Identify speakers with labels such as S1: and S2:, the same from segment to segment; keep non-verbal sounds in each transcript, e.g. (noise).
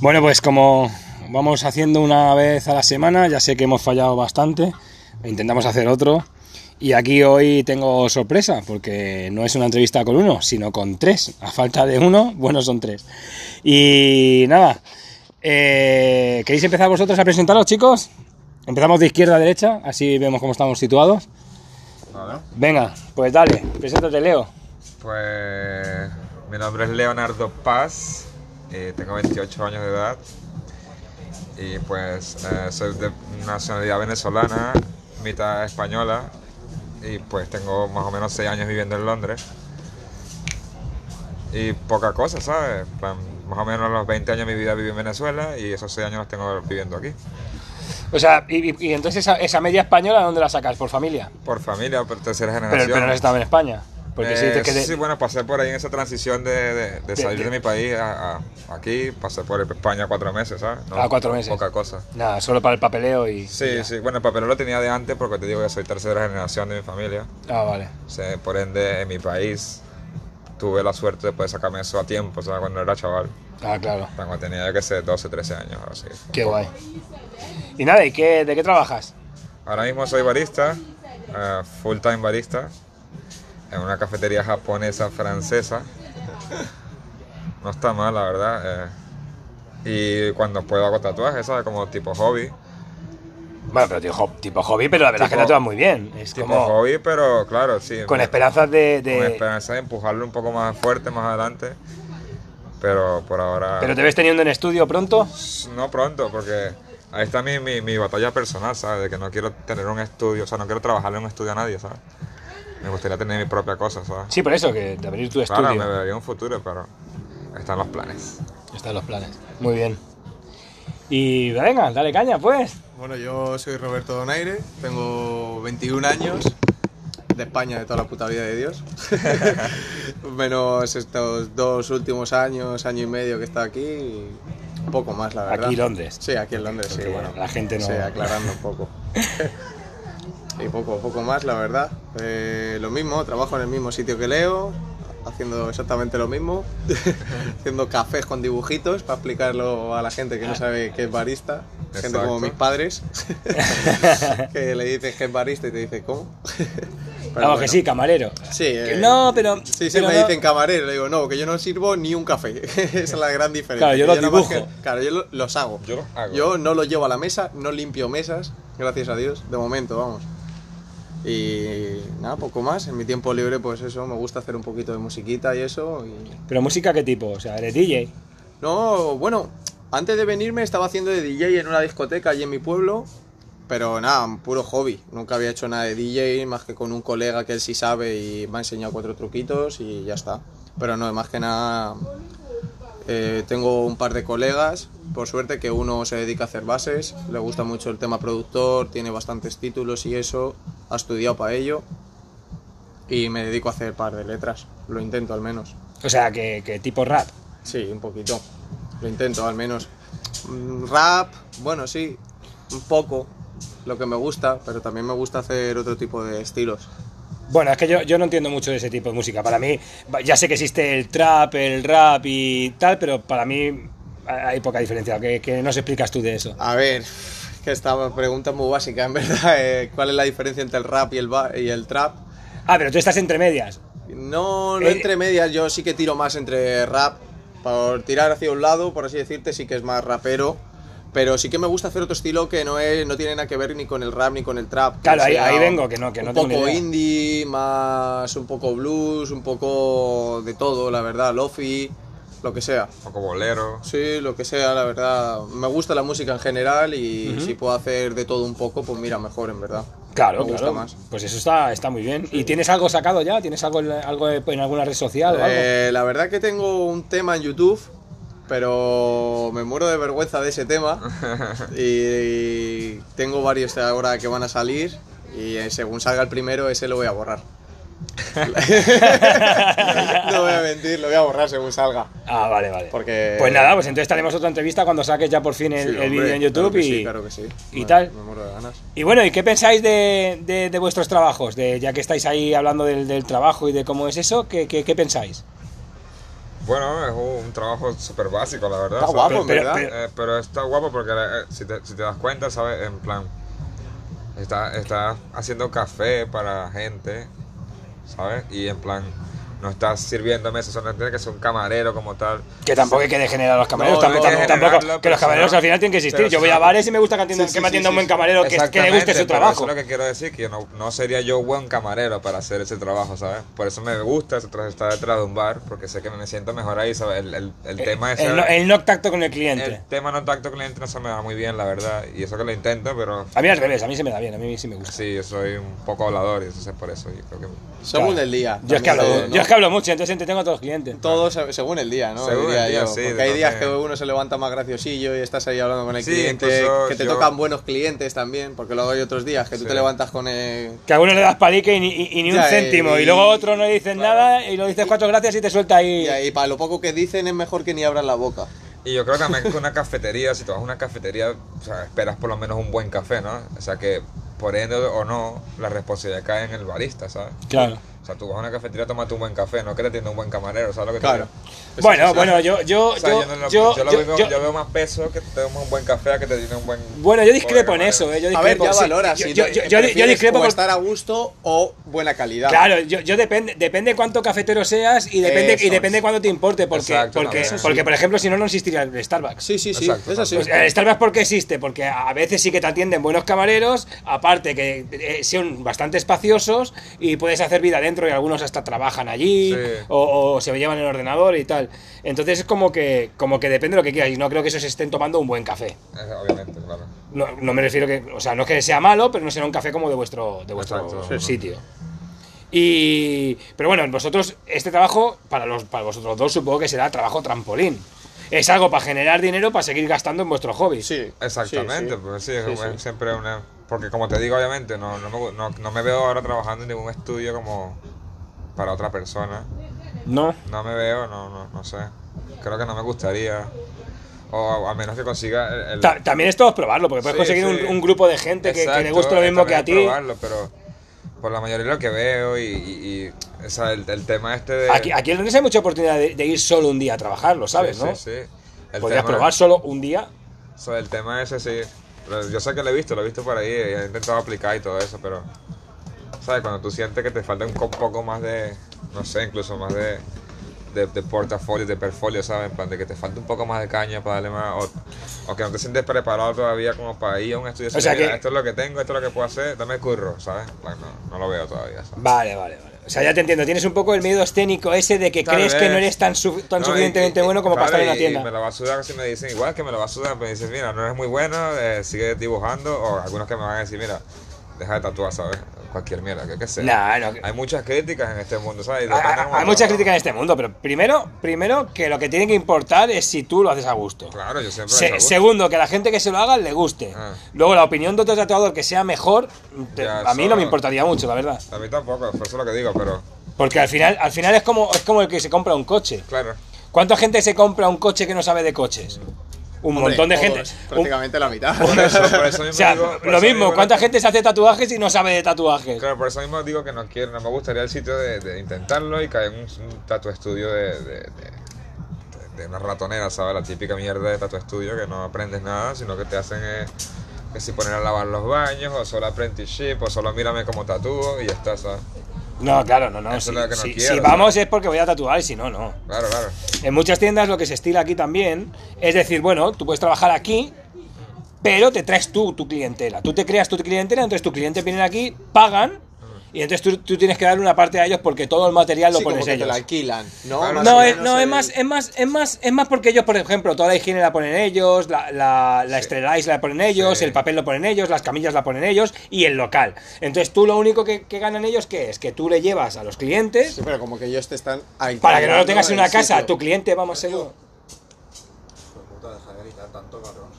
S1: Bueno, pues como vamos haciendo una vez a la semana, ya sé que hemos fallado bastante, intentamos hacer otro. Y aquí hoy tengo sorpresa, porque no es una entrevista con uno, sino con tres. A falta de uno, bueno, son tres. Y nada, eh, ¿queréis empezar vosotros a presentaros, chicos? Empezamos de izquierda a derecha, así vemos cómo estamos situados.
S2: Vale.
S1: Venga, pues dale, preséntate, Leo.
S2: Pues mi nombre es Leonardo Paz, eh, tengo 28 años de edad y pues eh, soy de nacionalidad venezolana, mitad española y pues tengo más o menos 6 años viviendo en Londres. Y poca cosa, ¿sabes? En plan, más o menos los 20 años de mi vida viví en Venezuela y esos 6 años los tengo viviendo aquí.
S1: O sea, y, y- y entonces esa, esa media española, ¿dónde la sacas? ¿Por familia?
S2: Por familia, por tercera
S1: Pero,
S2: generación.
S1: pero no estaba en España. Porque si
S2: Eh,
S1: te- Pues que te-
S2: Sí, bueno, pasé por ahí en esa transición de, de- de salir
S1: de-
S2: de, mi país a, a- aquí, pasé por España cuatro meses, ¿sabes?
S1: Ah, cuatro meses.
S2: Poca cosa.
S1: Nada, solo para el papeleo y...
S2: Sí, sí, bueno, el papel lo tenía de antes porque te digo que soy tercera generación de mi familia.
S1: Ah, vale.
S2: O sea, por ende, en mi país tuve la suerte de poder sacarme eso a tiempo, ¿sabes? Cuando era chaval,
S1: Ah, claro.
S2: cuando tenía, yo que sé, 12, 13 años, así.
S1: Qué guay. Y nada, ¿y qué, de qué trabajas?
S2: Ahora mismo soy barista, eh, full time barista, en una cafetería japonesa francesa. No está mal, la verdad. eh. Y cuando puedo hago tatuajes, ¿sabes? Como tipo hobby.
S1: Bueno, pero tipo, ho- tipo hobby, pero la verdad es que
S2: Tipo-
S1: tatúas muy bien. Es
S2: Tipo
S1: como
S2: hobby, pero claro, sí.
S1: con
S2: me-
S1: esperanzas de... de-
S2: con esperanza de empujarlo un poco más fuerte más adelante. Pero por ahora...
S1: ¿Pero te ves teniendo en estudio pronto?
S2: No pronto, porque ahí está mi, mi, mi batalla personal, ¿sabes? De que no quiero tener un estudio, o sea, no quiero trabajarle en un estudio a nadie, ¿sabes? Me gustaría tener mi propia cosa, ¿sabes?
S1: Sí, por eso, que de abrir tu estudio.
S2: Claro, me vería un futuro, pero están los planes.
S1: Están los planes. Muy bien. Y venga, dale caña, pues.
S3: Bueno, yo soy Roberto Donaire, tengo 21 años, de España, de toda la puta vida de Dios. (laughs) Menos estos dos últimos años, año y medio que he estado aquí, y poco más, la verdad.
S1: Aquí Londres.
S3: Sí, aquí en Londres, sí,
S1: Porque
S3: bueno.
S1: la gente no-
S3: Sí, aclarando un poco. (laughs) y poco, poco más, la verdad. Eh, lo mismo, trabajo en el mismo sitio que Leo, haciendo exactamente lo mismo, (laughs) haciendo cafés con dibujitos para explicarlo a la gente que no sabe que es barista, gente
S2: Exacto.
S3: como
S1: (laughs)
S3: mis padres, que le dices que es barista y te dice
S1: (laughs)
S3: ¿cómo? Pero
S1: Vamos, que
S3: bueno.
S1: sí, camarero.
S3: Sí,
S1: Que
S3: eh,
S1: no, pero.
S3: Sí,
S1: pero
S3: siempre
S1: no.
S3: dicen camarero, le digo, no, que yo no sirvo ni un café. (laughs) Esa es la gran diferencia.
S1: Claro, yo
S3: que
S1: los
S3: nada más
S1: dibujo.
S3: que- claro, yo lo- los hago.
S2: Yo los hago.
S3: Yo no los llevo a la mesa, no limpio mesas, gracias a Dios, de momento, vamos. Y nada, poco más. En mi tiempo libre, pues eso, me gusta hacer un poquito de musiquita y eso. y-
S1: Pero música, ¿qué tipo? O sea, eres DJ.
S3: No, bueno, antes de venirme estaba haciendo de DJ en una discoteca allí en mi pueblo. Pero nada, un puro hobby. Nunca había hecho nada de DJ, más que con un colega que él sí sabe y me ha enseñado cuatro truquitos y ya está. Pero no, más que nada eh, tengo un par de colegas, por suerte, que uno se dedica a hacer bases, le gusta mucho el tema productor, tiene bastantes títulos y eso, ha estudiado para ello. Y me dedico a hacer par de letras, lo intento al menos.
S1: O sea, que, que tipo rap.
S3: Sí, un poquito. Lo intento, al menos. Mm, Rap, bueno, sí, un poco. Lo que me gusta, pero también me gusta hacer otro tipo de estilos.
S1: Bueno, es que yo, yo no entiendo mucho de ese tipo de música. Para mí, va- ya sé que existe el trap, el rap y tal, pero para mí ha- hay poca diferencia. Que, que nos explicas tú de eso.
S3: A ver, es que esta pregunta es muy básica, en (laughs) verdad. eh, ¿Cuál es la diferencia entre el rap y el, ba- y el trap?
S1: Ah, pero tú estás entre medias.
S3: No, no
S1: Eh,
S3: entre medias, yo sí que tiro más entre rap. Por tirar hacia un lado, por así decirte, sí que es más rapero. Pero sí que me gusta hacer otro estilo que no, es, no tiene nada que ver ni con el rap ni con el trap. que
S1: Claro, ahí-
S3: sea
S1: ahí vengo, que no- que no
S3: Un
S1: tengo ni
S3: poco
S1: idea.
S3: indie, más un poco blues, un poco de todo, la verdad. Lofi, lo que sea.
S2: Un poco bolero.
S3: Sí, lo que sea, la verdad. Me gusta la música en general y si puedo hacer de todo un poco, pues mira, mejor, en verdad.
S1: Claro,
S3: me gusta
S1: claro.
S3: más.
S1: Pues eso está, está muy bien. ¿Y tienes algo sacado ya? ¿Tienes algo, en la- algo en alguna red social o algo?
S3: Eh, la verdad que tengo un tema en YouTube, pero me muero de vergüenza de
S1: (laughs)
S3: ese tema. y tengo varios de ahora que van a salir. Y eh, según salga el primero, ese lo voy
S1: (laughs)
S3: a borrar. no voy a mentir, lo voy a borrar según salga.
S1: (laughs) Ah, vale, vale.
S3: Porque-
S1: Pues nada, pues entonces tenemos otra entrevista cuando saques ya por fin el,
S3: Sí,
S1: el
S3: hombre,
S1: vídeo en YouTube.
S3: claro que
S1: y...
S3: sí, claro que sí.
S1: y
S3: Me-
S1: tal.
S3: Me muero de ganas.
S1: Y bueno, ¿y qué pensáis de, de- de vuestros trabajos? De, ya que estáis ahí hablando del, del trabajo y de cómo es eso, ¿qué, qué- qué pensáis?
S2: Bueno, es un, un trabajo súper básico, la verdad.
S3: Está
S2: ¿sabes?
S3: guapo, en
S1: Pero-
S3: verdad.
S1: pero-
S2: Eh, pero está guapo porque eh, si, te, si te das cuenta, ¿sabes? En plan, está, está haciendo café para gente, ¿sabes? Y en plan, no estás sirviendo mesa, o sea, no tiene que ser un camarero como tal.
S1: Que tampoco hay que degenerar a los camareros,
S3: No,
S1: tampoco,
S3: no hay que
S1: tampoco- tampoco-
S2: degenerarlo,
S1: que
S2: pero
S1: los camareros
S2: será-
S1: al final tienen que existir.
S2: pero
S1: Yo voy
S2: será-
S1: a bares y me gusta que, atiendan-
S3: Sí,
S1: que me
S3: sí,
S1: atienda
S3: sí,
S1: un buen
S3: sí.
S1: camarero, que, que le guste su
S2: pero
S1: trabajo.
S2: Eso es lo que quiero decir, que yo no, no sería yo buen camarero para hacer ese trabajo, ¿sabes? Por eso me gusta estar detrás de un bar, porque sé que me siento mejor ahí, ¿sabes? El, el- el tema es...
S1: el, Eh, no, el no tacto con el cliente.
S2: El tema no tacto cliente no se me da muy bien, la verdad. Y eso que lo intento, pero
S1: A mí al revés, a mí se me da bien, a mí sí me gusta.
S2: sí, yo soy un poco hablador y entonces por eso yo creo que...
S3: Según
S1: Claro.
S3: el día.
S1: Yo es, que
S3: también
S1: hablo,
S3: te-
S1: yo
S3: ¿no?
S1: es que hablo mucho, entonces entretengo a todos los clientes.
S3: Todo se- según el día, ¿no?
S2: Según
S3: Diría
S2: el día,
S3: yo.
S2: sí,
S3: Porque hay días que
S2: también.
S3: uno se levanta más graciosillo y estás ahí hablando con el
S2: Sí,
S3: cliente,
S2: incluso
S3: que te
S2: yo-
S3: tocan buenos clientes también, porque luego hay otros días que tú
S2: Sí.
S3: te levantas con el...
S1: Que a uno le das palique y ni, y- y ni un
S3: Ya,
S1: céntimo,
S3: y-
S1: y luego a otro no le dices
S3: claro.
S1: nada y lo dices cuatro gracias y te suelta ahí.
S3: Y ahí, para lo poco que dicen, es mejor que ni abran la boca.
S2: Y yo creo también que una cafetería, si tú vas a una cafetería, o sea, esperas por lo menos un buen café, ¿no? O sea que, por ende o no, la responsabilidad cae en el barista, ¿sabes?
S1: Claro.
S2: O sea, tú vas a una cafetería, tomas un buen café, no que te tienda un buen camarero, ¿sabes lo que te
S3: Claro.
S2: digo?
S1: Bueno, bueno, yo, yo,
S2: O sea,
S1: yo,
S2: yo, no lo-
S1: yo-
S2: yo lo
S1: yo-
S2: veo-
S1: yo-
S2: yo veo más peso que te demos un buen café a que te tiene un buen.
S1: Bueno, yo discrepo en
S2: pobre
S1: eso,
S2: camarero.
S1: eh, yo
S3: A ver,
S1: discrepo.
S3: ya
S1: sí.
S3: valoras
S1: Yo-
S3: si
S1: yo-
S3: te-
S1: yo- yo
S3: prefieres
S1: discrepo
S3: o
S1: por-
S3: estar a gusto o buena calidad.
S1: Claro, yo, yo depende, depende cuánto cafetero seas y depende,
S3: Eso
S1: y depende
S3: es.
S1: cuánto te importe, porque,
S2: Exacto,
S1: porque,
S2: también.
S1: porque por ejemplo, si no, no existiría el Starbucks.
S3: Sí, sí, sí,
S2: Exacto,
S3: es así.
S1: Pues, el Starbucks porque existe, porque a veces sí que te atienden buenos camareros, aparte que eh, son bastante espaciosos y puedes hacer vida dentro y algunos hasta trabajan allí
S2: Sí.
S1: o, o se llevan el ordenador y tal. Entonces es como que, como que depende de lo que quieras y no creo que esos estén tomando un buen café.
S2: Eh, Obviamente, claro.
S1: No, no me refiero que, o sea, no es que sea malo, pero no será un café como de vuestro, de vuestro
S2: Exacto.
S1: sitio. Y, pero bueno, vosotros, este trabajo, para, los, para vosotros dos, supongo que será trabajo trampolín. Es algo para generar dinero para seguir gastando en vuestro hobby.
S3: Sí,
S2: Exactamente,
S3: sí, sí.
S2: pues sí,
S3: Sí,
S2: es,
S3: sí.
S2: es siempre una... Porque como te digo, obviamente, no, no, me, gu- no, no me veo ahora trabajando en ningún estudio como para otra persona.
S1: ¿No?
S2: No me veo, no, no, no sé. Creo que no me gustaría. O a, a menos que consiga el... el-
S1: Ta- también es todo probarlo, porque puedes
S2: Sí,
S1: conseguir
S2: sí.
S1: un, un grupo de gente que- que, le
S2: Exacto,
S1: guste lo mismo que a ti.
S2: también probarlo, pero por la mayoría de lo que veo y... y- y, o sea, el, el tema este de...
S1: Aquí, aquí en Londres hay mucha oportunidad de, de ir solo un día a trabajarlo, ¿sabes?
S2: Sí,
S1: ¿no?
S2: sí, sí. El
S1: Podrías
S2: tema-
S1: probar solo un día.
S2: O sea, el tema ese sí. Pero Yo sé que lo he visto, lo he visto por ahí, he intentado aplicar y todo eso, pero. ¿Sabes? Cuando tú sientes que te falta un co- poco más de. No sé, incluso más de. De, de portafolio, de portfolio, ¿sabes? En plan, de que te falta un poco más de caña para darle más. O, o que no te sientes preparado todavía como para ir a un estudio. y
S1: O
S2: decir,
S1: sea
S2: "Mira,
S1: que-
S2: Esto es lo que tengo, esto es lo que puedo hacer, dame el curro, ¿sabes? En plan, no, no lo veo todavía, ¿sabes?
S1: Vale, vale, vale. O sea, ya te entiendo. Tienes un poco el miedo escénico ese de que
S2: Tal
S1: crees que
S2: vez.
S1: no eres tan, su- tan
S2: No,
S1: suficientemente
S2: y- y-
S1: bueno como para
S2: claro,
S1: estar en una
S2: y-
S1: tienda.
S2: Y me la va a sudar si me dicen igual que me la va a sudar. Me dicen, mira, no eres muy bueno, eh, sigue dibujando. O algunos que me van a decir, mira, deja de tatuar, ¿sabes? Cualquier mierda, que, que sea.
S1: Nah, no, que-
S2: Hay muchas críticas en este mundo, ¿sabes? Y
S1: Hay-
S2: depende
S1: hay-
S2: cómo
S1: hay
S2: lo
S1: muchas
S2: hagamos.
S1: críticas en este mundo, pero primero, primero que lo que tiene que importar es si tú lo haces a gusto.
S2: Claro, yo siempre.
S1: Se-
S2: les hago-
S1: segundo, que a la gente que se lo haga le guste.
S2: Ah.
S1: Luego, la opinión de otro tatuador que sea mejor, te-
S2: Ya,
S1: a mí
S2: eso-
S1: no me importaría mucho, la verdad.
S2: A mí tampoco, por eso es lo que digo, pero.
S1: Porque al final, al final es como, es como el que se compra un coche. (laughs)
S2: Claro.
S1: ¿Cuánta gente se compra un coche que no sabe de coches? Un
S3: Hombre,
S1: montón de
S3: todos,
S1: gente. Un-
S3: Prácticamente la mitad.
S2: Por eso, por eso mismo
S1: o sea,
S2: digo- por
S1: lo
S2: eso
S1: mismo,
S2: digo-
S1: ¿cuánta gente se hace tatuajes y no sabe de tatuajes?
S2: Claro, por eso mismo digo que no quiero, no me gustaría el sitio de, de intentarlo y caer en un, un tatu estudio de, de, de- de una ratonera, ¿sabes? La típica mierda de tatu estudio que no aprendes nada, sino que te hacen eh, que si poner a lavar los baños, o solo apprenticeship, o solo mírame como tatúo y ya está, ¿sabes?
S1: No, claro, no, no.
S2: Eso
S1: si-
S2: es lo que no
S1: si-
S2: quiero,
S1: si
S2: ¿no?
S1: vamos es porque voy a tatuar y si no, no.
S2: Claro, claro.
S1: En muchas tiendas lo que se estila aquí también es decir, bueno, tú puedes trabajar aquí, pero te traes tú tu clientela. Tú te creas tu clientela, entonces tus clientes vienen aquí, pagan, y entonces tú, tú tienes que darle una parte a ellos porque todo el material lo
S3: (laughs) Sí, como
S1: pones
S3: que te
S1: ellos.
S3: la alquilan, ¿no?
S2: Claro.
S3: Más o
S1: No, es,
S3: menos
S1: no, es
S3: el-
S1: más, eh. es más, es más, es más porque ellos, por ejemplo, toda la higiene la ponen ellos, la, la, la
S2: Sí.
S1: esterilize la ponen ellos,
S2: Sí.
S1: el papel lo ponen ellos, las camillas la ponen ellos y el local. Entonces tú lo único que, que ganan ellos que es que tú le llevas a los clientes
S3: Sí, pero como que ellos te están
S1: para que no lo
S3: alquilando
S1: tengas en
S3: el
S1: una casa,
S3: sitio.
S1: tu cliente va más seguro. (laughs)
S4: Hijo de puta, deja de gritar tanto, cabrón.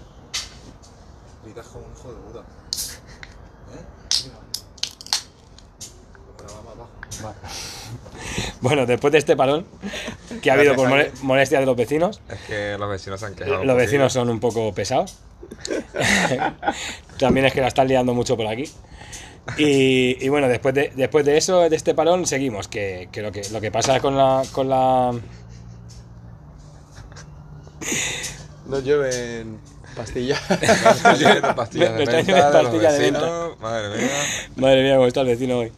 S4: Gritas como un hijo de puta. ¿Eh? Pero va más abajo.
S1: Bueno, después de este parón que ha habido por mole- molestia de los vecinos,
S2: Es que los vecinos se han quejado.
S1: los
S2: pues,
S1: vecinos
S2: (laughs)
S1: son un poco pesados. (laughs) También es que la están liando mucho por aquí. Y, y bueno, después de, después de eso, de este parón, seguimos. Que, que lo que lo que pasa con la, con la
S3: Nos lleven pastillas.
S1: (laughs)
S2: Lleno pastillas de
S1: Me traen
S2: menta, de los
S1: pastillas de
S2: vecinos,
S1: menta.
S2: Madre mía.
S1: Madre mía, cómo está el vecino hoy.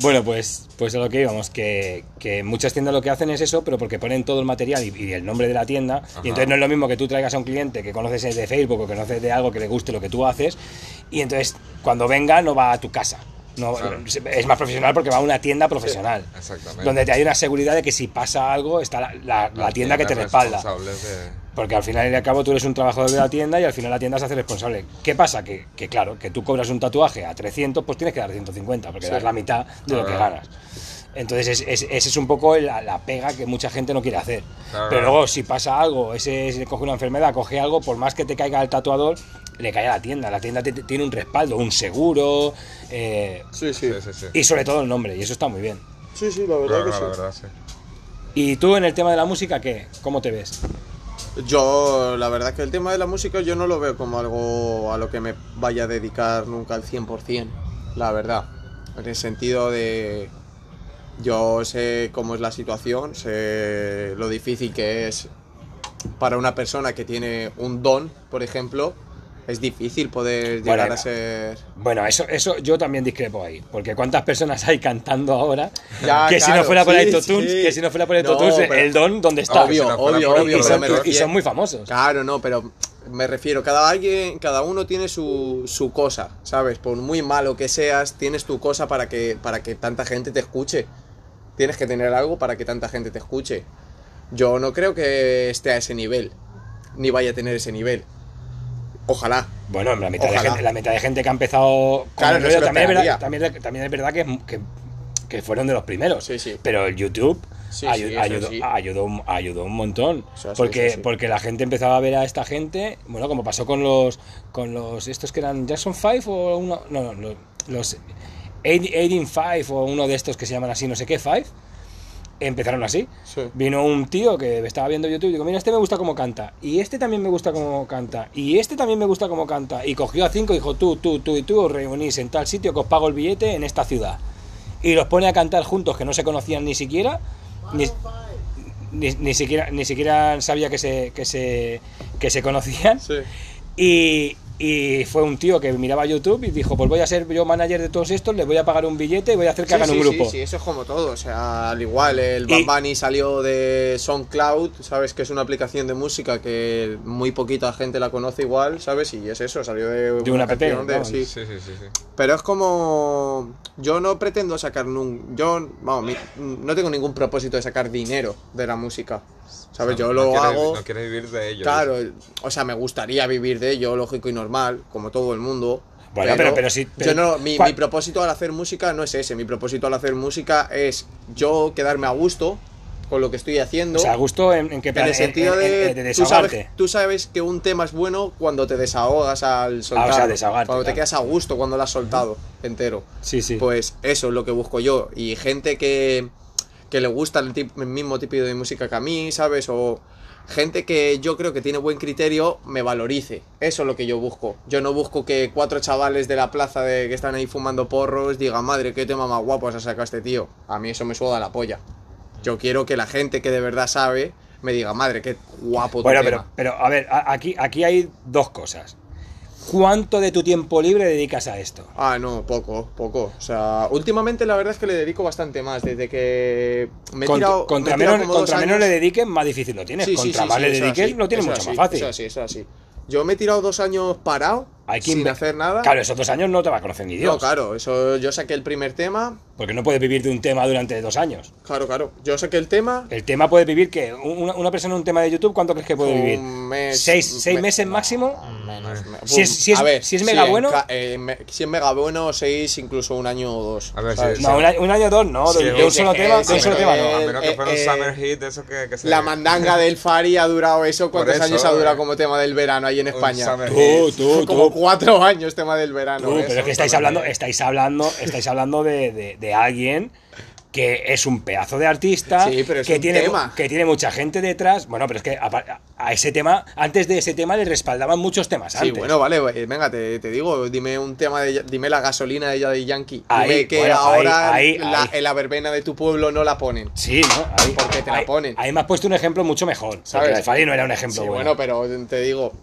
S1: Bueno, pues, pues a lo que íbamos, que, que muchas tiendas lo que hacen es eso, pero porque ponen todo el material y, y el nombre de la tienda, y entonces no es lo mismo que tú traigas a un cliente que conoces de Facebook o que conoces de algo que le guste lo que tú haces, y entonces cuando venga no va a tu casa. No,
S2: Claro.
S1: Es más profesional porque va a una tienda profesional,
S2: Exactamente.
S1: donde te hay una seguridad de que si pasa algo está la, la- la tienda que te respalda.
S2: responsables de-
S1: Porque al final y al cabo tú eres un trabajador de la tienda y al final la tienda se hace responsable. ¿Qué pasa? Que, que claro, que tú cobras un tatuaje a 300, pues tienes que dar 150, porque
S3: Sí.
S1: das la mitad de lo que
S2: Claro.
S1: ganas. Entonces es- es- ese es un poco la, la pega que mucha gente no quiere hacer.
S2: Claro.
S1: Pero luego si pasa algo, ese se coge una enfermedad, coge algo, por más que te caiga el tatuador, le cae a la tienda. La tienda te- te- tiene un respaldo, un seguro eh,
S3: Sí, sí.
S2: Sí, sí, sí.
S1: y sobre todo el nombre, y eso está muy bien.
S3: Sí, sí, la verdad
S2: Claro,
S3: que sí.
S2: la verdad, sí.
S1: ¿Y tú en el tema de la música qué? ¿Cómo te ves?
S3: Yo, la verdad que el tema de la música yo no lo veo como algo a lo que me vaya a dedicar nunca al 100%, la verdad. En el sentido de... Yo sé cómo es la situación, sé lo difícil que es para una persona que tiene un don, por ejemplo, es difícil poder
S1: Bueno,
S3: llegar
S1: no.
S3: a ser...
S1: Bueno, eso, eso yo también discrepo ahí, porque cuántas personas hay cantando ahora
S3: (laughs) Ya,
S1: que si no
S3: claro,
S1: fuera por
S3: sí,
S1: autotunes,
S3: sí.
S1: que si no fuera por
S3: No,
S1: autotunes,
S3: pero-
S1: el don dónde está.
S2: que si
S3: Obvio,
S2: no fuera
S3: obvio,
S2: por
S3: obvio.
S1: y,
S2: pero
S1: son,
S3: me
S2: tú-
S1: y
S3: refiero-
S1: son muy famosos.
S3: Claro, no, pero me refiero, cada alguien, cada uno tiene su, su cosa, ¿sabes? Por muy malo que seas, tienes tu cosa para que, para que tanta gente te escuche. Tienes que tener algo para que tanta gente te escuche. Yo no creo que esté a ese nivel, ni vaya a tener ese nivel. Ojalá.
S1: Bueno, la mitad, de
S3: Ojalá.
S1: gente, la mitad de gente que ha empezado con
S3: Claro,
S1: el
S3: no
S1: rollo
S3: se lo
S1: también, es verdad,
S3: esperaría.
S1: también, también es verdad que, que, que fueron de los primeros.
S3: Sí, sí.
S1: Pero el YouTube
S3: Sí,
S1: ayu-
S3: sí, eso
S1: ayudó,
S3: sí.
S1: ayudó un- ayudó un montón.
S3: Eso sí,
S1: porque,
S3: eso sí.
S1: porque la gente empezaba a ver a esta gente, bueno, como pasó con los con los estos que eran Jackson 5 o uno. No, no, los, los 5 o uno de estos que se llaman así, no sé qué, 5. Empezaron así.
S3: Sí.
S1: Vino un tío que estaba viendo YouTube y digo, mira, este me gusta cómo canta. Y este también me gusta cómo canta. Y este también me gusta cómo canta. Y cogió a cinco y dijo, tú, tú, tú y tú os reunís en tal sitio que os pago el billete en esta ciudad. Y los pone a cantar juntos que no se conocían ni siquiera. Ni, ni- ni siquiera, ni siquiera sabía que se, que se, que se conocían.
S3: Sí.
S1: Y, y fue un tío que miraba YouTube y dijo, pues voy a ser yo manager de todos estos, les voy a pagar un billete y voy a hacer que hagan
S3: sí,
S1: un grupo.
S3: Sí, sí, eso es como todo. O sea, al igual, el Bad
S1: Y-
S3: Bunny salió de SoundCloud, ¿sabes? Que es una aplicación de música que muy poquita gente la conoce igual, ¿sabes? Y es eso, salió de una,
S1: una app,
S3: canción de-
S1: vamos.
S3: sí.
S2: Sí, sí, sí, sí.
S3: Pero es como. Yo no pretendo sacar. nun- Yo. Vamos, mi- no tengo ningún propósito de sacar dinero de la música. ¿Sabes? Yo
S2: No
S3: lo
S2: quieres-
S3: hago.
S2: No quieres vivir de ello.
S3: Claro, o sea, me gustaría vivir de ello, lógico y normal, como todo el mundo.
S1: Bueno, pero- pero sí- pero-
S3: yo no, mi,
S1: ¿cuál?
S3: mi propósito al hacer música no es ese. Mi propósito al hacer música es yo quedarme a gusto con lo que estoy haciendo.
S1: O sea, gusto en, en que
S3: en el sentido de, tú,
S1: desahogarte.
S3: sabes, tú sabes que un tema es bueno cuando te desahogas al soltar.
S1: Ah, desahogarte,
S3: Cuando
S1: claro.
S3: te quedas a gusto cuando lo has soltado entero.
S1: Sí, sí.
S3: Pues eso es lo que busco yo. Y gente que, que le gusta el, tip- el mismo tipo de música que a mí, ¿sabes? O gente que yo creo que tiene buen criterio me valorice. Eso es lo que yo busco. Yo no busco que cuatro chavales de la plaza de, que están ahí fumando porros digan, madre, qué tema más guapo has sacado este tío. A mí eso me suda la polla. Yo quiero que la gente que de verdad sabe me diga, madre, qué guapo tu
S1: bueno, pero,
S3: tema".
S1: pero a ver, a- aquí, aquí hay dos cosas. ¿Cuánto de tu tiempo libre dedicas a esto?
S3: Ah, no, poco, poco. O sea, últimamente la verdad es que le dedico bastante más. Desde que me he
S1: Cont-
S3: tirado.
S1: contra
S3: me he tirado
S1: menos,
S3: como dos
S1: contra menos le
S3: años-
S1: dediques, más difícil lo tienes.
S3: Sí, sí,
S1: contra
S3: sí,
S1: más
S3: sí,
S1: le
S3: eso
S1: dediques,
S3: así,
S1: lo tienes
S3: eso
S1: mucho
S3: así,
S1: más fácil.
S3: Eso así, eso así. Yo me he tirado dos años parado,
S1: Hay que
S3: sin
S1: inve-
S3: hacer nada.
S1: Claro, esos dos años no te va a conocer ni Dios.
S3: No, claro, eso, yo saqué el primer tema.
S1: Porque no puedes vivir de un tema durante dos años.
S3: Claro, claro. Yo saqué el tema.
S1: El tema puede vivir que una, una persona un tema de YouTube, ¿cuánto crees que puede vivir?
S3: Un mes,
S1: ¿Seis, seis
S3: me-
S1: meses máximo?
S2: Menos.
S1: Si es- si es-
S3: A ver,
S1: si es mega
S3: en
S1: bueno-
S3: ca- eh, me- si es mega bueno, seis, incluso un año o dos.
S2: A ver,
S3: ¿sabes?
S2: sí,
S1: No, un año, un año o dos, no.
S2: Sí,
S1: de, de
S2: sí,
S1: un solo
S3: sí,
S1: tema, de
S3: sí,
S1: un solo
S3: sí,
S1: tema,
S3: sí.
S1: no.
S2: A
S3: el-
S2: menos que fuera un
S3: eh,
S2: summer hit de eso que, que se.
S3: La mandanga del Fari ha durado eso. ¿Cuántos
S2: eso,
S3: años ha durado
S2: eh.
S3: como tema del verano ahí en
S2: un
S3: España?
S2: summer
S1: Tú,
S2: hit.
S1: tú,
S3: como
S1: tú.
S3: cuatro años tema del verano.
S1: Tú,
S3: ¿eh?
S1: pero es que estáis hablando, estáis hablando, estáis hablando de, de- de alguien que es un pedazo de artista,
S3: Sí, pero es
S1: que,
S3: un
S1: tiene,
S3: tema.
S1: que tiene mucha gente detrás. Bueno, pero es que a, a ese tema, antes de ese tema le respaldaban muchos temas.
S3: Sí,
S1: antes.
S3: bueno, vale, eh, venga, te, te digo, dime un tema de, dime la gasolina de Daddy Yankee.
S1: Ahí,
S3: dime que
S1: bueno,
S3: ahora
S1: ahí, ahí,
S3: la,
S1: ahí.
S3: en la verbena de tu pueblo no la ponen.
S1: Sí, ¿no? Ahí,
S3: Porque te la
S1: ahí-
S3: ponen.
S1: Ahí me has puesto un ejemplo mucho mejor.
S3: ¿Sabes?
S1: Porque la de Fali no era un
S3: Sí,
S1: ejemplo
S3: bueno,
S1: bueno.
S3: pero te digo,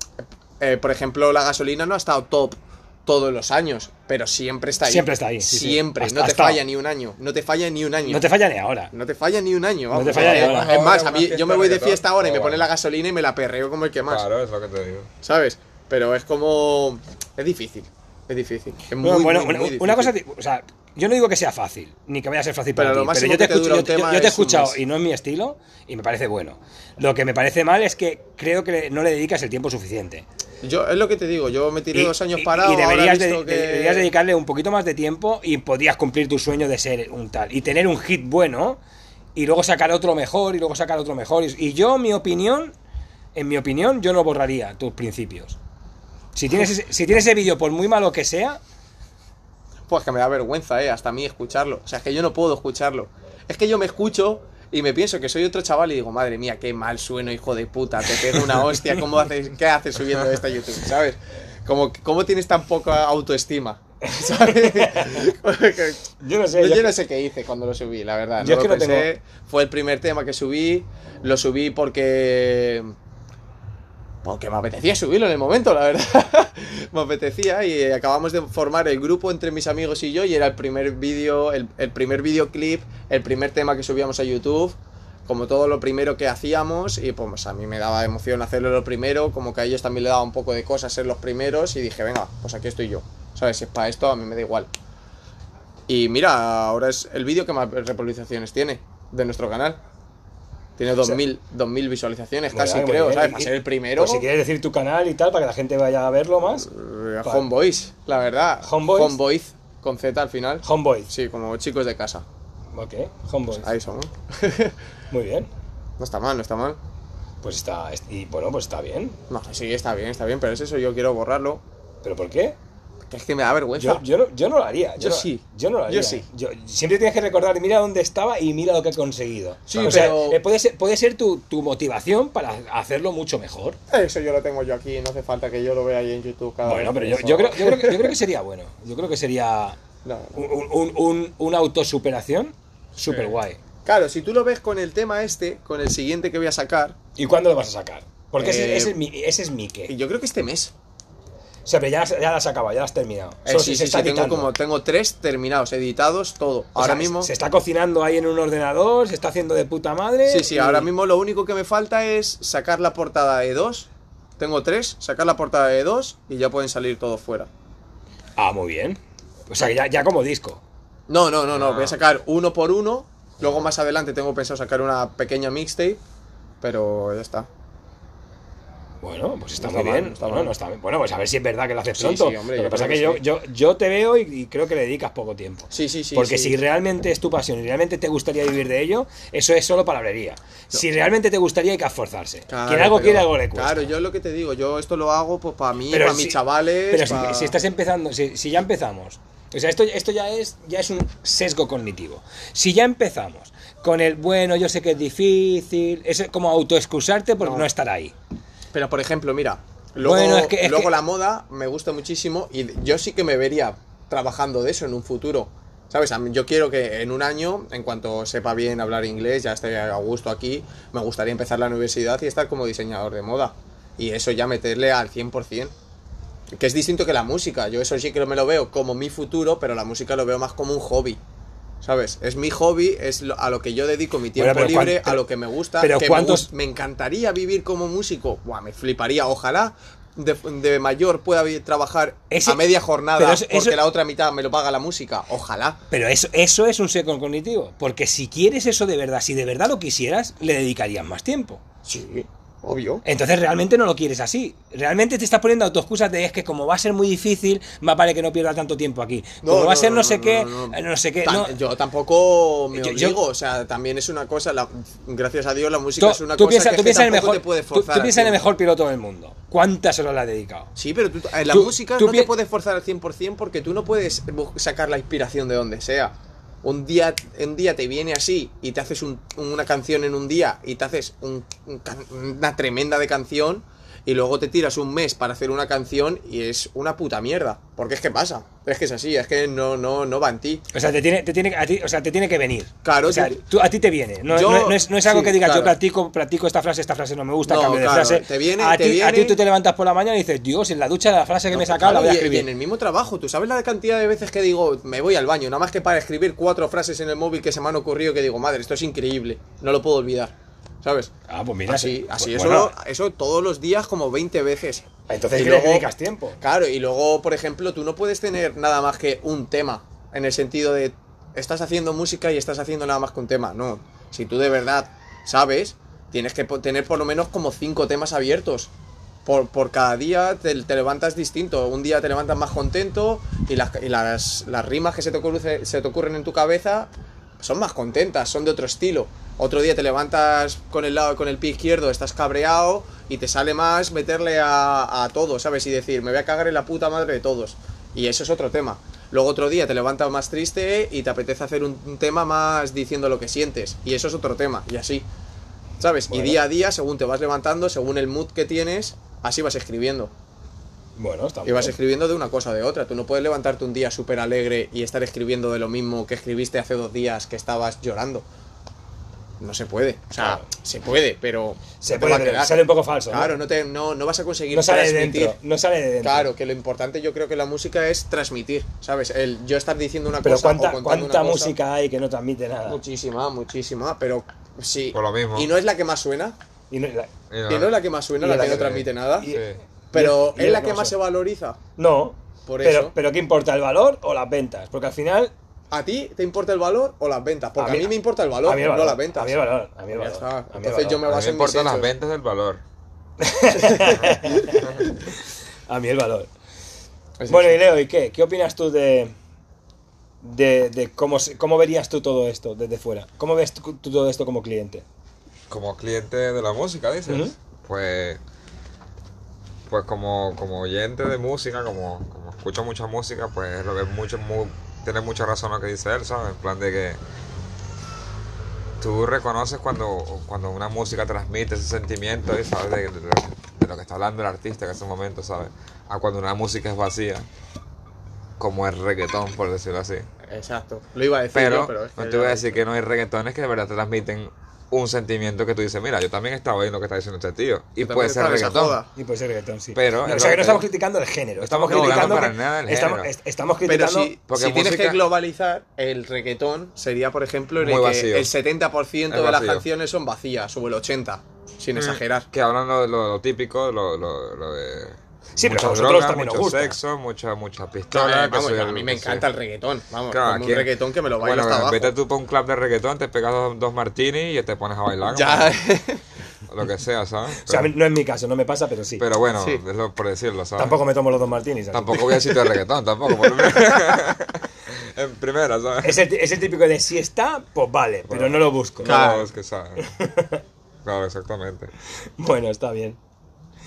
S3: eh, por ejemplo, la gasolina no ha estado top todos los años, pero siempre está ahí.
S1: Siempre está ahí, sí, sí.
S3: siempre,
S1: Ha-
S3: no
S1: ha
S3: te
S1: estado.
S3: falla ni un año, no te falla ni un año.
S1: No te falla ni ahora.
S3: No te falla ni un año. vamos.
S1: te falla ni
S3: Es-
S1: ahora.
S3: Es más,
S2: Ahora
S3: a
S2: una
S3: mí,
S2: fiesta
S3: yo me voy de
S2: reggaetón,
S3: fiesta ahora y
S2: no
S3: me pone
S2: vale.
S3: la gasolina y me la perreo como el que más,
S2: Claro, es lo que te digo.
S3: ¿sabes? Pero es como... es difícil, es difícil. Es muy,
S1: Bueno, bueno,
S3: muy,
S1: una,
S3: muy
S1: una
S3: difícil.
S1: cosa, ti- o sea, yo no digo que sea fácil, ni que vaya a ser fácil para
S3: Pero lo
S1: ti, pero
S3: máximo
S1: yo te,
S3: que te dura
S1: escucho-
S3: un
S1: yo- yo-
S3: tema
S1: yo te he
S3: es un
S1: escuchado
S3: mes.
S1: y no es mi estilo y me parece bueno. Lo que me parece mal es que creo que no le dedicas el tiempo suficiente.
S3: Yo, es lo que te digo, yo me tiré
S1: Y-
S3: dos años
S1: y-
S3: parado,
S1: y
S3: ahora he
S1: deberías, de-
S3: visto que-
S1: deberías dedicarle un poquito más de tiempo y podrías cumplir tu sueño de ser un tal y tener un hit bueno y luego sacar otro mejor y luego sacar otro mejor y, y yo mi opinión en mi opinión yo no borraría tus principios si
S3: (laughs)
S1: tienes ese- si tienes ese vídeo por muy malo que sea
S3: Pues que me da vergüenza, eh, hasta a mí escucharlo. O sea, es que yo no puedo escucharlo. Es que yo me escucho y me pienso que soy otro chaval y digo, madre mía, qué mal sueno, hijo de puta, te pego una hostia, ¿cómo haces, ¿qué haces subiendo esto a YouTube? ¿Sabes? Como, ¿Cómo tienes tan poca autoestima? (laughs) ¿Sabes?
S1: yo no
S3: Yo, yo no sé qué hice cuando lo subí, la verdad.
S1: Yo es
S3: no
S1: que
S3: lo
S1: no tengo-
S3: pensé. Fue el primer tema que subí. Lo subí porque. Porque me apetecía subirlo en el momento, la verdad. (laughs) me apetecía y eh, acabamos de formar el grupo entre mis amigos y yo y era el primer vídeo, el, el primer videoclip, el primer tema que subíamos a YouTube. Como todo lo primero que hacíamos y pues a mí me daba emoción hacerlo lo primero, como que a ellos también le daba un poco de cosas ser los primeros y dije, venga, pues aquí estoy yo. ¿Sabes? Si es para esto, a mí me da igual. Y mira, ahora es el vídeo que más reproducciones tiene de nuestro canal. Tiene 2000, 2000 visualizaciones casi, creo, ¿sabes? Para ser el primero.
S1: Pues si quieres decir tu canal y tal para que la gente vaya a verlo más
S3: eh,
S1: Vale.
S3: Homeboys, la verdad.
S1: Homeboys.
S3: Homeboys, con Z al final.
S1: Homeboys
S3: Sí, como chicos de casa.
S1: ok Homeboys
S3: Ahí somos.
S1: muy bien
S3: No está mal, no está mal.
S1: pues está y bueno pues está bien
S3: No, sí, está bien, está bien, pero es eso, yo quiero borrarlo.
S1: pero por qué
S3: Que Es que me da vergüenza.
S1: Yo, yo no, yo no lo haría.
S3: Yo
S1: no-
S3: sí.
S1: Yo no lo haría.
S3: Yo sí.
S1: Yo- siempre tienes que recordar, mira dónde estaba y mira lo que he conseguido.
S3: Sí,
S1: o sea,
S3: pero-
S1: eh, puede ser, puede ser tu, tu motivación para hacerlo mucho mejor.
S3: Eso yo lo tengo yo aquí, no hace falta que yo lo vea ahí en YouTube cada
S1: bueno,
S3: vez
S1: pero
S3: que
S1: yo,
S3: eso-
S1: yo creo, yo, creo, que- yo creo que sería bueno. Yo creo que sería
S3: No, no.
S1: un- un- un- una autosuperación súper guay.
S3: Claro, si tú lo ves con el tema este, con el siguiente que voy a sacar,
S1: ¿Y cuándo lo vas a sacar? Porque ese,
S3: Eh,
S1: ese es mi, ese es mi qué.
S3: yo creo que este mes.
S1: O sea, pero ya, las- ya la has acabado, ya la has terminado.
S3: Eh,
S1: Solo
S3: sí,
S1: si
S3: sí,
S1: se está
S3: sí, tengo
S1: editando.
S3: como tengo tres terminados, editados, todo.
S1: O
S3: ahora
S1: sea,
S3: mismo.
S1: Se está cocinando ahí en un ordenador, se está haciendo de puta madre.
S3: Sí, sí,
S1: y-
S3: ahora mismo lo único que me falta es sacar la portada de dos. Tengo tres, sacar la portada de dos y ya pueden salir todos fuera.
S1: Ah, muy bien. O sea, que ya, ya como disco.
S3: No, no, no, no,
S2: Ah.
S3: voy a sacar uno por uno. Luego más adelante tengo pensado sacar una pequeña mixtape, pero ya está.
S1: Bueno, pues está,
S3: No
S1: muy
S3: está mal,
S1: bien.
S3: no está
S1: Bueno,
S3: mal.
S1: no está bien. Bueno, pues a ver si es verdad que lo haces
S3: Sí,
S1: pronto.
S3: sí, hombre,
S1: lo
S3: yo
S1: que pasa es
S3: creo
S1: que, yo,
S3: que
S1: yo, yo te veo y, y creo que le dedicas poco tiempo.
S3: Sí, sí, sí.
S1: Porque
S3: sí.
S1: si realmente es tu pasión y realmente te gustaría vivir de ello, eso es solo palabrería. Si realmente te gustaría hay que esforzarse.
S3: Claro,
S1: Quien algo
S3: pero-
S1: quiere, algo le cuesta.
S3: Claro, yo lo que te digo, yo esto lo hago pues para mí,
S1: Pero
S3: para
S1: si-
S3: mis chavales.
S1: Pero si,
S3: pa-
S1: si estás empezando, si, si ya empezamos, o sea, esto, esto ya, es, ya es un sesgo cognitivo. Si ya empezamos con el bueno, yo sé que es difícil, es como autoexcusarte por no,
S3: No.
S1: estar ahí.
S3: Pero por ejemplo, mira, luego,
S1: Bueno, es que- es
S3: luego
S1: que-
S3: la moda me gusta muchísimo y yo sí que me vería trabajando de eso en un futuro. ¿Sabes? A mí- Yo quiero que en un año, en cuanto sepa bien hablar inglés, ya esté a gusto aquí, me gustaría empezar la universidad y estar como diseñador de moda. Y eso ya meterle al 100%. Que es distinto que la música. Yo eso sí que me lo veo como mi futuro, pero la música lo veo más como un hobby. ¿Sabes? Es mi hobby, es lo- a lo que yo dedico mi tiempo
S1: pero cuán-
S3: libre, a
S1: pero-
S3: lo que me gusta.
S1: pero
S3: que me
S1: ¿cuántos-
S3: gust- me encantaría vivir como músico. Buah, me fliparía. Ojalá de, de mayor pueda vi- trabajar
S1: Ese-
S3: a media jornada
S1: pero eso-
S3: porque
S1: eso-
S3: la otra mitad me lo paga la música. Ojalá.
S1: Pero eso, eso es un sesgo cognitivo. Porque si quieres eso de verdad, si de verdad lo quisieras, le dedicarías más tiempo.
S3: Sí, obvio.
S1: Entonces realmente no lo quieres así. Realmente te estás poniendo autoexcusas de es que como va a ser muy difícil, más vale que no pierda tanto tiempo aquí.
S3: No,
S1: como
S3: no,
S1: va a ser
S3: no,
S1: no,
S3: no,
S1: sé
S3: no,
S1: qué,
S3: no, no.
S1: eh, no sé qué.
S3: Tan-
S1: no.
S3: Yo tampoco me
S1: Yo-
S3: obligo,
S1: yo-
S3: o sea, también es una cosa, la- gracias a Dios la música
S1: Tú,
S3: es una
S1: tú
S3: cosa
S1: piensa,
S3: que,
S1: tú
S3: es que
S1: piensa en el
S3: tampoco
S1: mejor,
S3: te puede
S1: tú- tú
S3: forzar. al
S1: piensa en el
S3: 100%.
S1: mejor piloto del mundo. ¿Cuántas horas le ha dedicado?
S3: Sí, pero tú, en la
S1: Tú-
S3: música
S1: tú
S3: no
S1: pi-
S3: te puedes forzar al 100% porque tú no puedes bu- sacar la inspiración de donde sea. un día, un día te viene así y te haces un- una canción en un día y te haces un- un can- una tremenda de canción y luego te tiras un mes para hacer una canción y es una puta mierda. Porque es que pasa, es que es así, es que no, no, no va en ti.
S1: O sea, te tiene, te tiene, a ti, o sea, te tiene que venir.
S3: Claro,
S1: O sea,
S3: tú-
S1: tú- a ti te viene. No,
S3: Yo-
S1: no- no es, no es algo
S3: sí,
S1: que digas, yo
S3: claro.
S1: practico, practico esta frase, esta frase no me gusta,
S3: No,
S1: cambio de
S3: claro,
S1: frase.
S3: te viene,
S1: a,
S3: te
S1: ti, a ti
S3: viene.
S1: tú te levantas por la mañana y dices, Dios, en la ducha la frase que me saca la
S3: Claro,
S1: voy a
S3: y- y en
S1: escribir.
S3: el mismo trabajo, tú sabes la cantidad de veces que digo, me voy al baño, nada más que para escribir cuatro frases en el móvil que se me han ocurrido que digo, madre, esto es increíble, no lo puedo olvidar, ¿sabes?
S1: Ah, pues mira.
S3: Así,
S1: pues
S3: así,
S1: bueno,
S3: eso, eso todos los días como 20 veces.
S1: Entonces,
S3: Y
S1: ¿qué le
S3: luego-
S1: dedicas tiempo?
S3: Claro, y luego, por ejemplo, tú no puedes tener nada más que un tema, en el sentido de, estás haciendo música y estás haciendo nada más que un tema. No, si tú de verdad sabes, tienes que po- tener por lo menos como cinco temas abiertos. Por, por cada día te, te levantas distinto. Un día te levantas más contento y las, y las, las rimas que se te, ocurre- se te ocurren en tu cabeza son más contentas, son de otro estilo. Otro día te levantas con el lado, con el pie izquierdo, estás cabreado y te sale más meterle a, a todo, ¿sabes? Y decir, me voy a cagar en la puta madre de todos. Y eso es otro tema. Luego otro día te levantas más triste y te apetece hacer un, un tema más diciendo lo que sientes. Y eso es otro tema, y así. ¿Sabes?
S1: Bueno.
S3: Y día a día, según te vas levantando, según el mood que tienes, así vas escribiendo.
S1: Bueno, está
S3: Y vas
S1: bien.
S3: escribiendo de una cosa o de otra. Tú no puedes levantarte un día súper alegre y estar escribiendo de lo mismo que escribiste hace dos días que estabas llorando. No se puede. O sea,
S1: Claro.
S3: se puede, pero.
S1: Se
S3: no te va
S1: puede,
S3: a
S1: pero
S3: quedar.
S1: sale un poco falso, ¿no?
S3: Claro, no, te, no, no vas a conseguir
S1: No sale de
S3: transmitir.
S1: dentro. No sale de dentro.
S3: Claro, que lo importante yo creo que la música es transmitir, ¿sabes? El yo estar diciendo una
S1: Pero
S3: cosa. o
S1: ¿cuánta,
S3: contando
S1: cuánta
S3: una cosa.
S1: música hay que no transmite nada?
S3: Muchísima, muchísima, pero sí.
S2: Por lo mismo.
S3: Y no es la que más suena.
S1: Y no, la-
S2: Y
S3: Y no es la que más suena,
S1: Y
S3: la
S1: la
S3: que no
S1: que-
S3: transmite nada.
S1: y-
S2: Sí.
S3: Pero
S1: y- y
S3: es la
S1: no
S3: que más
S1: sé.
S3: se valoriza.
S1: No.
S3: Por
S1: pero,
S3: eso.
S1: pero ¿qué importa? ¿El valor o las ventas? Porque al final.
S3: ¿A ti te importa el valor o las ventas? Porque a mí, me importa el valor,
S1: a mí
S3: no las ventas.
S1: A mí el valor. A mí el
S3: Ya
S1: valor,
S3: está.
S1: a mí el
S3: Entonces
S1: valor.
S3: yo me
S2: A mí
S3: baso
S2: me
S3: en mis
S2: importan las
S3: hechos.
S2: ventas del valor.
S1: A mí el valor.
S3: Es
S1: bueno,
S3: eso.
S1: y Leo, ¿y qué? ¿Qué opinas tú de, de, de cómo, se- cómo verías tú todo esto desde fuera? ¿Cómo ves tú, tú todo esto como cliente?
S2: Como cliente de la música, dices.
S1: Ujú.
S2: Pues. Pues como, como oyente de música, como, como escucho mucha música, pues lo que mucho, mu- tiene mucha razón lo que dice él, ¿sabes? En plan de que tú reconoces cuando, cuando una música transmite ese sentimiento, y ¿sabes? De, de- de lo que está hablando el artista en ese momento, ¿sabes? A cuando una música es vacía, como el reggaetón, por decirlo así.
S3: Exacto. Lo iba a decir
S2: Pero,
S3: yo, pero es que
S2: no te voy a decir que no hay reggaetones que de verdad te transmiten un sentimiento que tú dices, mira, yo también estaba oyendo lo que está diciendo este tío. Y
S3: también
S2: puede ser
S3: estaba esa
S2: reggaetón.
S3: joda.
S1: Y puede ser reggaetón, sí.
S2: Pero-
S1: No, o sea, que no
S2: pero-
S1: estamos criticando el género. Estamos
S2: No, no,
S1: criticando.
S2: no para
S1: que-
S2: nada el
S1: estamos,
S2: género.
S1: est- estamos
S3: Pero
S1: criticando.
S3: si,
S2: porque
S3: si tienes que
S2: música-
S3: globalizar, el reggaetón sería, por ejemplo, en el
S2: Muy
S3: que
S2: vacío.
S3: el 70%
S2: Es
S3: de las
S2: vacío.
S3: canciones son vacías, o el 80%, sin exagerar.
S2: Que hablan lo, lo- lo típico, lo, lo- lo de.
S1: Sí, pero
S2: mucha
S1: a vosotros también os
S2: mucho
S1: gusta.
S2: sexo, mucha, mucha
S3: Claro,
S2: pistola. que
S3: Eh, vamos,
S2: soy
S3: a
S2: el-
S3: mí me
S2: que soy-
S3: encanta el reggaetón. Vamos,
S2: Claro,
S3: ponme
S2: aquí-
S3: un reggaetón que me lo bailo
S2: bueno,
S3: hasta
S2: Vete
S3: abajo.
S2: tú para un club de reggaetón, te pegas dos, dos martinis y te pones a bailar.
S3: Ya, (laughs)
S2: como- Lo que sea, ¿sabes? Pero,
S1: (laughs) O sea, a mí- no es mi caso, no me pasa, pero sí.
S2: pero bueno,
S3: Sí.
S2: es lo- por decirlo, ¿sabes?
S1: Tampoco me tomo los dos martinis. así.
S2: Tampoco voy a decirte reggaetón, tampoco. por lo
S3: (laughs)
S2: menos. (laughs) en primera, ¿sabes?
S1: Es el, es el típico de si está, pues vale, pero no lo busco.
S3: Claro.
S2: Claro, es que sabe. (laughs) Claro, exactamente.
S1: (laughs) Bueno, está bien.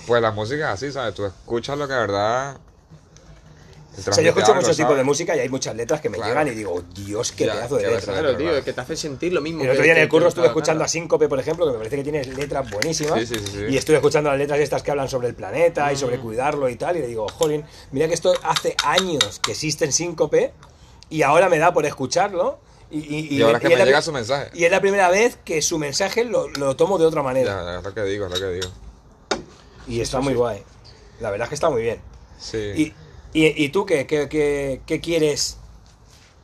S2: Pues la música es así, ¿sabes? Tú escuchas lo que de verdad. te
S1: O sea,
S2: transmite
S1: yo escucho
S2: algo,
S1: muchos tipos
S2: ¿sabes?
S1: de música y hay muchas letras que me
S2: Claro.
S1: llegan y digo, Dios, qué
S2: Ya,
S1: pedazo de
S2: ya
S1: letra.
S2: ves,
S3: claro, tío, es que te hace sentir lo mismo.
S1: El
S3: que-
S1: otro día en
S3: que-
S1: el curro
S3: que-
S1: estuve
S3: nada,
S1: escuchando
S3: nada.
S1: a Síncope, por ejemplo, que me parece que tiene letras buenísimas.
S2: Sí, sí, sí, Mm. sí.
S1: Y estuve escuchando las letras estas que hablan sobre el planeta y sobre cuidarlo y tal. Y le digo, jolín, mira que esto hace años que existe en Síncope y ahora me da por escucharlo. Y, y- y-
S2: Y ahora es que
S1: y
S2: me
S1: la-
S2: llega su mensaje.
S1: Y es la primera vez que su mensaje lo, lo tomo de otra manera.
S2: Ya, ya, es lo que digo, es lo que digo.
S1: Y está muy guay. La verdad es que está muy bien.
S2: Sí.
S1: ¿Y, y, y tú qué, qué, qué- qué quieres?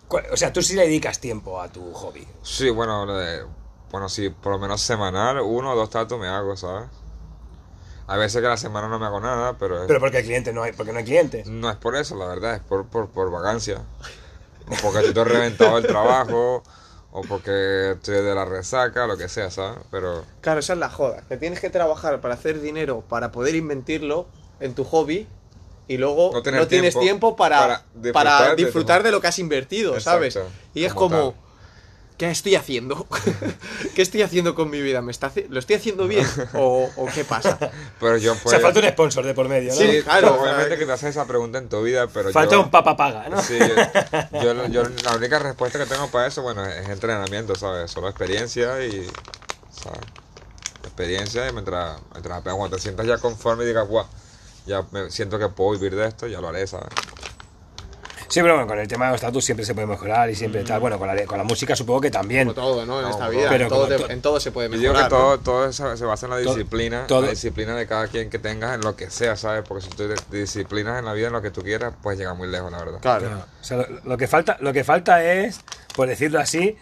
S1: Cu- O sea, tú sí le dedicas tiempo a tu hobby.
S2: Sí, bueno, lo de- bueno, sí, por lo menos semanal, uno o dos tatus me hago, ¿sabes? A veces que la semana no me hago nada, pero, es-
S1: Pero porque el cliente no hay, porque no hay clientes.
S2: no es por eso, la verdad, es por, por, por vacancia. O Porque estoy todo reventado el trabajo, o porque estoy de la resaca, lo que sea, ¿sabes? Pero.
S3: Claro, esa es la joda. Que tienes que trabajar para hacer dinero, para poder invertirlo en tu hobby y luego no,
S2: No tener
S3: tienes
S2: tiempo
S3: tiempo para, para
S2: para
S3: disfrutar,
S2: disfrutar de tu
S3: de lo que has invertido,
S2: Exacto,
S3: ¿sabes? Y es
S2: como
S3: como,
S2: tal.
S3: ¿qué estoy haciendo? (laughs) ¿Qué estoy haciendo con mi vida? ¿Me está haci- ¿Lo estoy haciendo
S2: (laughs)
S3: bien? ¿O, o qué pasa?
S2: Pero yo
S5: O
S2: pues...
S5: sea, falta un sponsor de por medio, ¿no?
S2: Sí,
S3: Sí, claro,
S2: claro. Obviamente
S3: claro.
S2: que te haces esa pregunta en tu vida, pero
S5: falta
S2: yo...
S5: un papa paga, ¿no?
S2: Sí, yo, yo- yo la única respuesta que tengo para eso, bueno, es entrenamiento, ¿sabes? Solo experiencia y, ¿sabes? Experiencia y mientras, mientras apenas cuando te sientas ya conforme y digas, guau, ya me siento que puedo vivir de esto, ya lo haré, ¿sabes?
S1: Sí, pero bueno, con el tema de los estatus siempre se puede mejorar y siempre
S2: Mm.
S1: tal. Bueno, con la, con la música supongo que también.
S3: Como todo, ¿no? En
S2: No,
S3: esta
S2: bro.
S3: vida.
S1: Pero
S3: todo
S1: como
S3: te-
S1: to-
S3: en todo se puede
S2: Yo digo que
S3: mejorar.
S2: todo,
S3: ¿no?
S2: todo eso se basa en la
S1: Todo-
S2: disciplina,
S1: todo-
S2: la disciplina de cada quien que tengas en lo que sea, ¿sabes? Porque si tú te disciplinas en la vida en lo que tú quieras, puedes llegar muy lejos, la verdad.
S3: Claro.
S1: O sea, lo, lo que falta, lo que falta es, por decirlo así,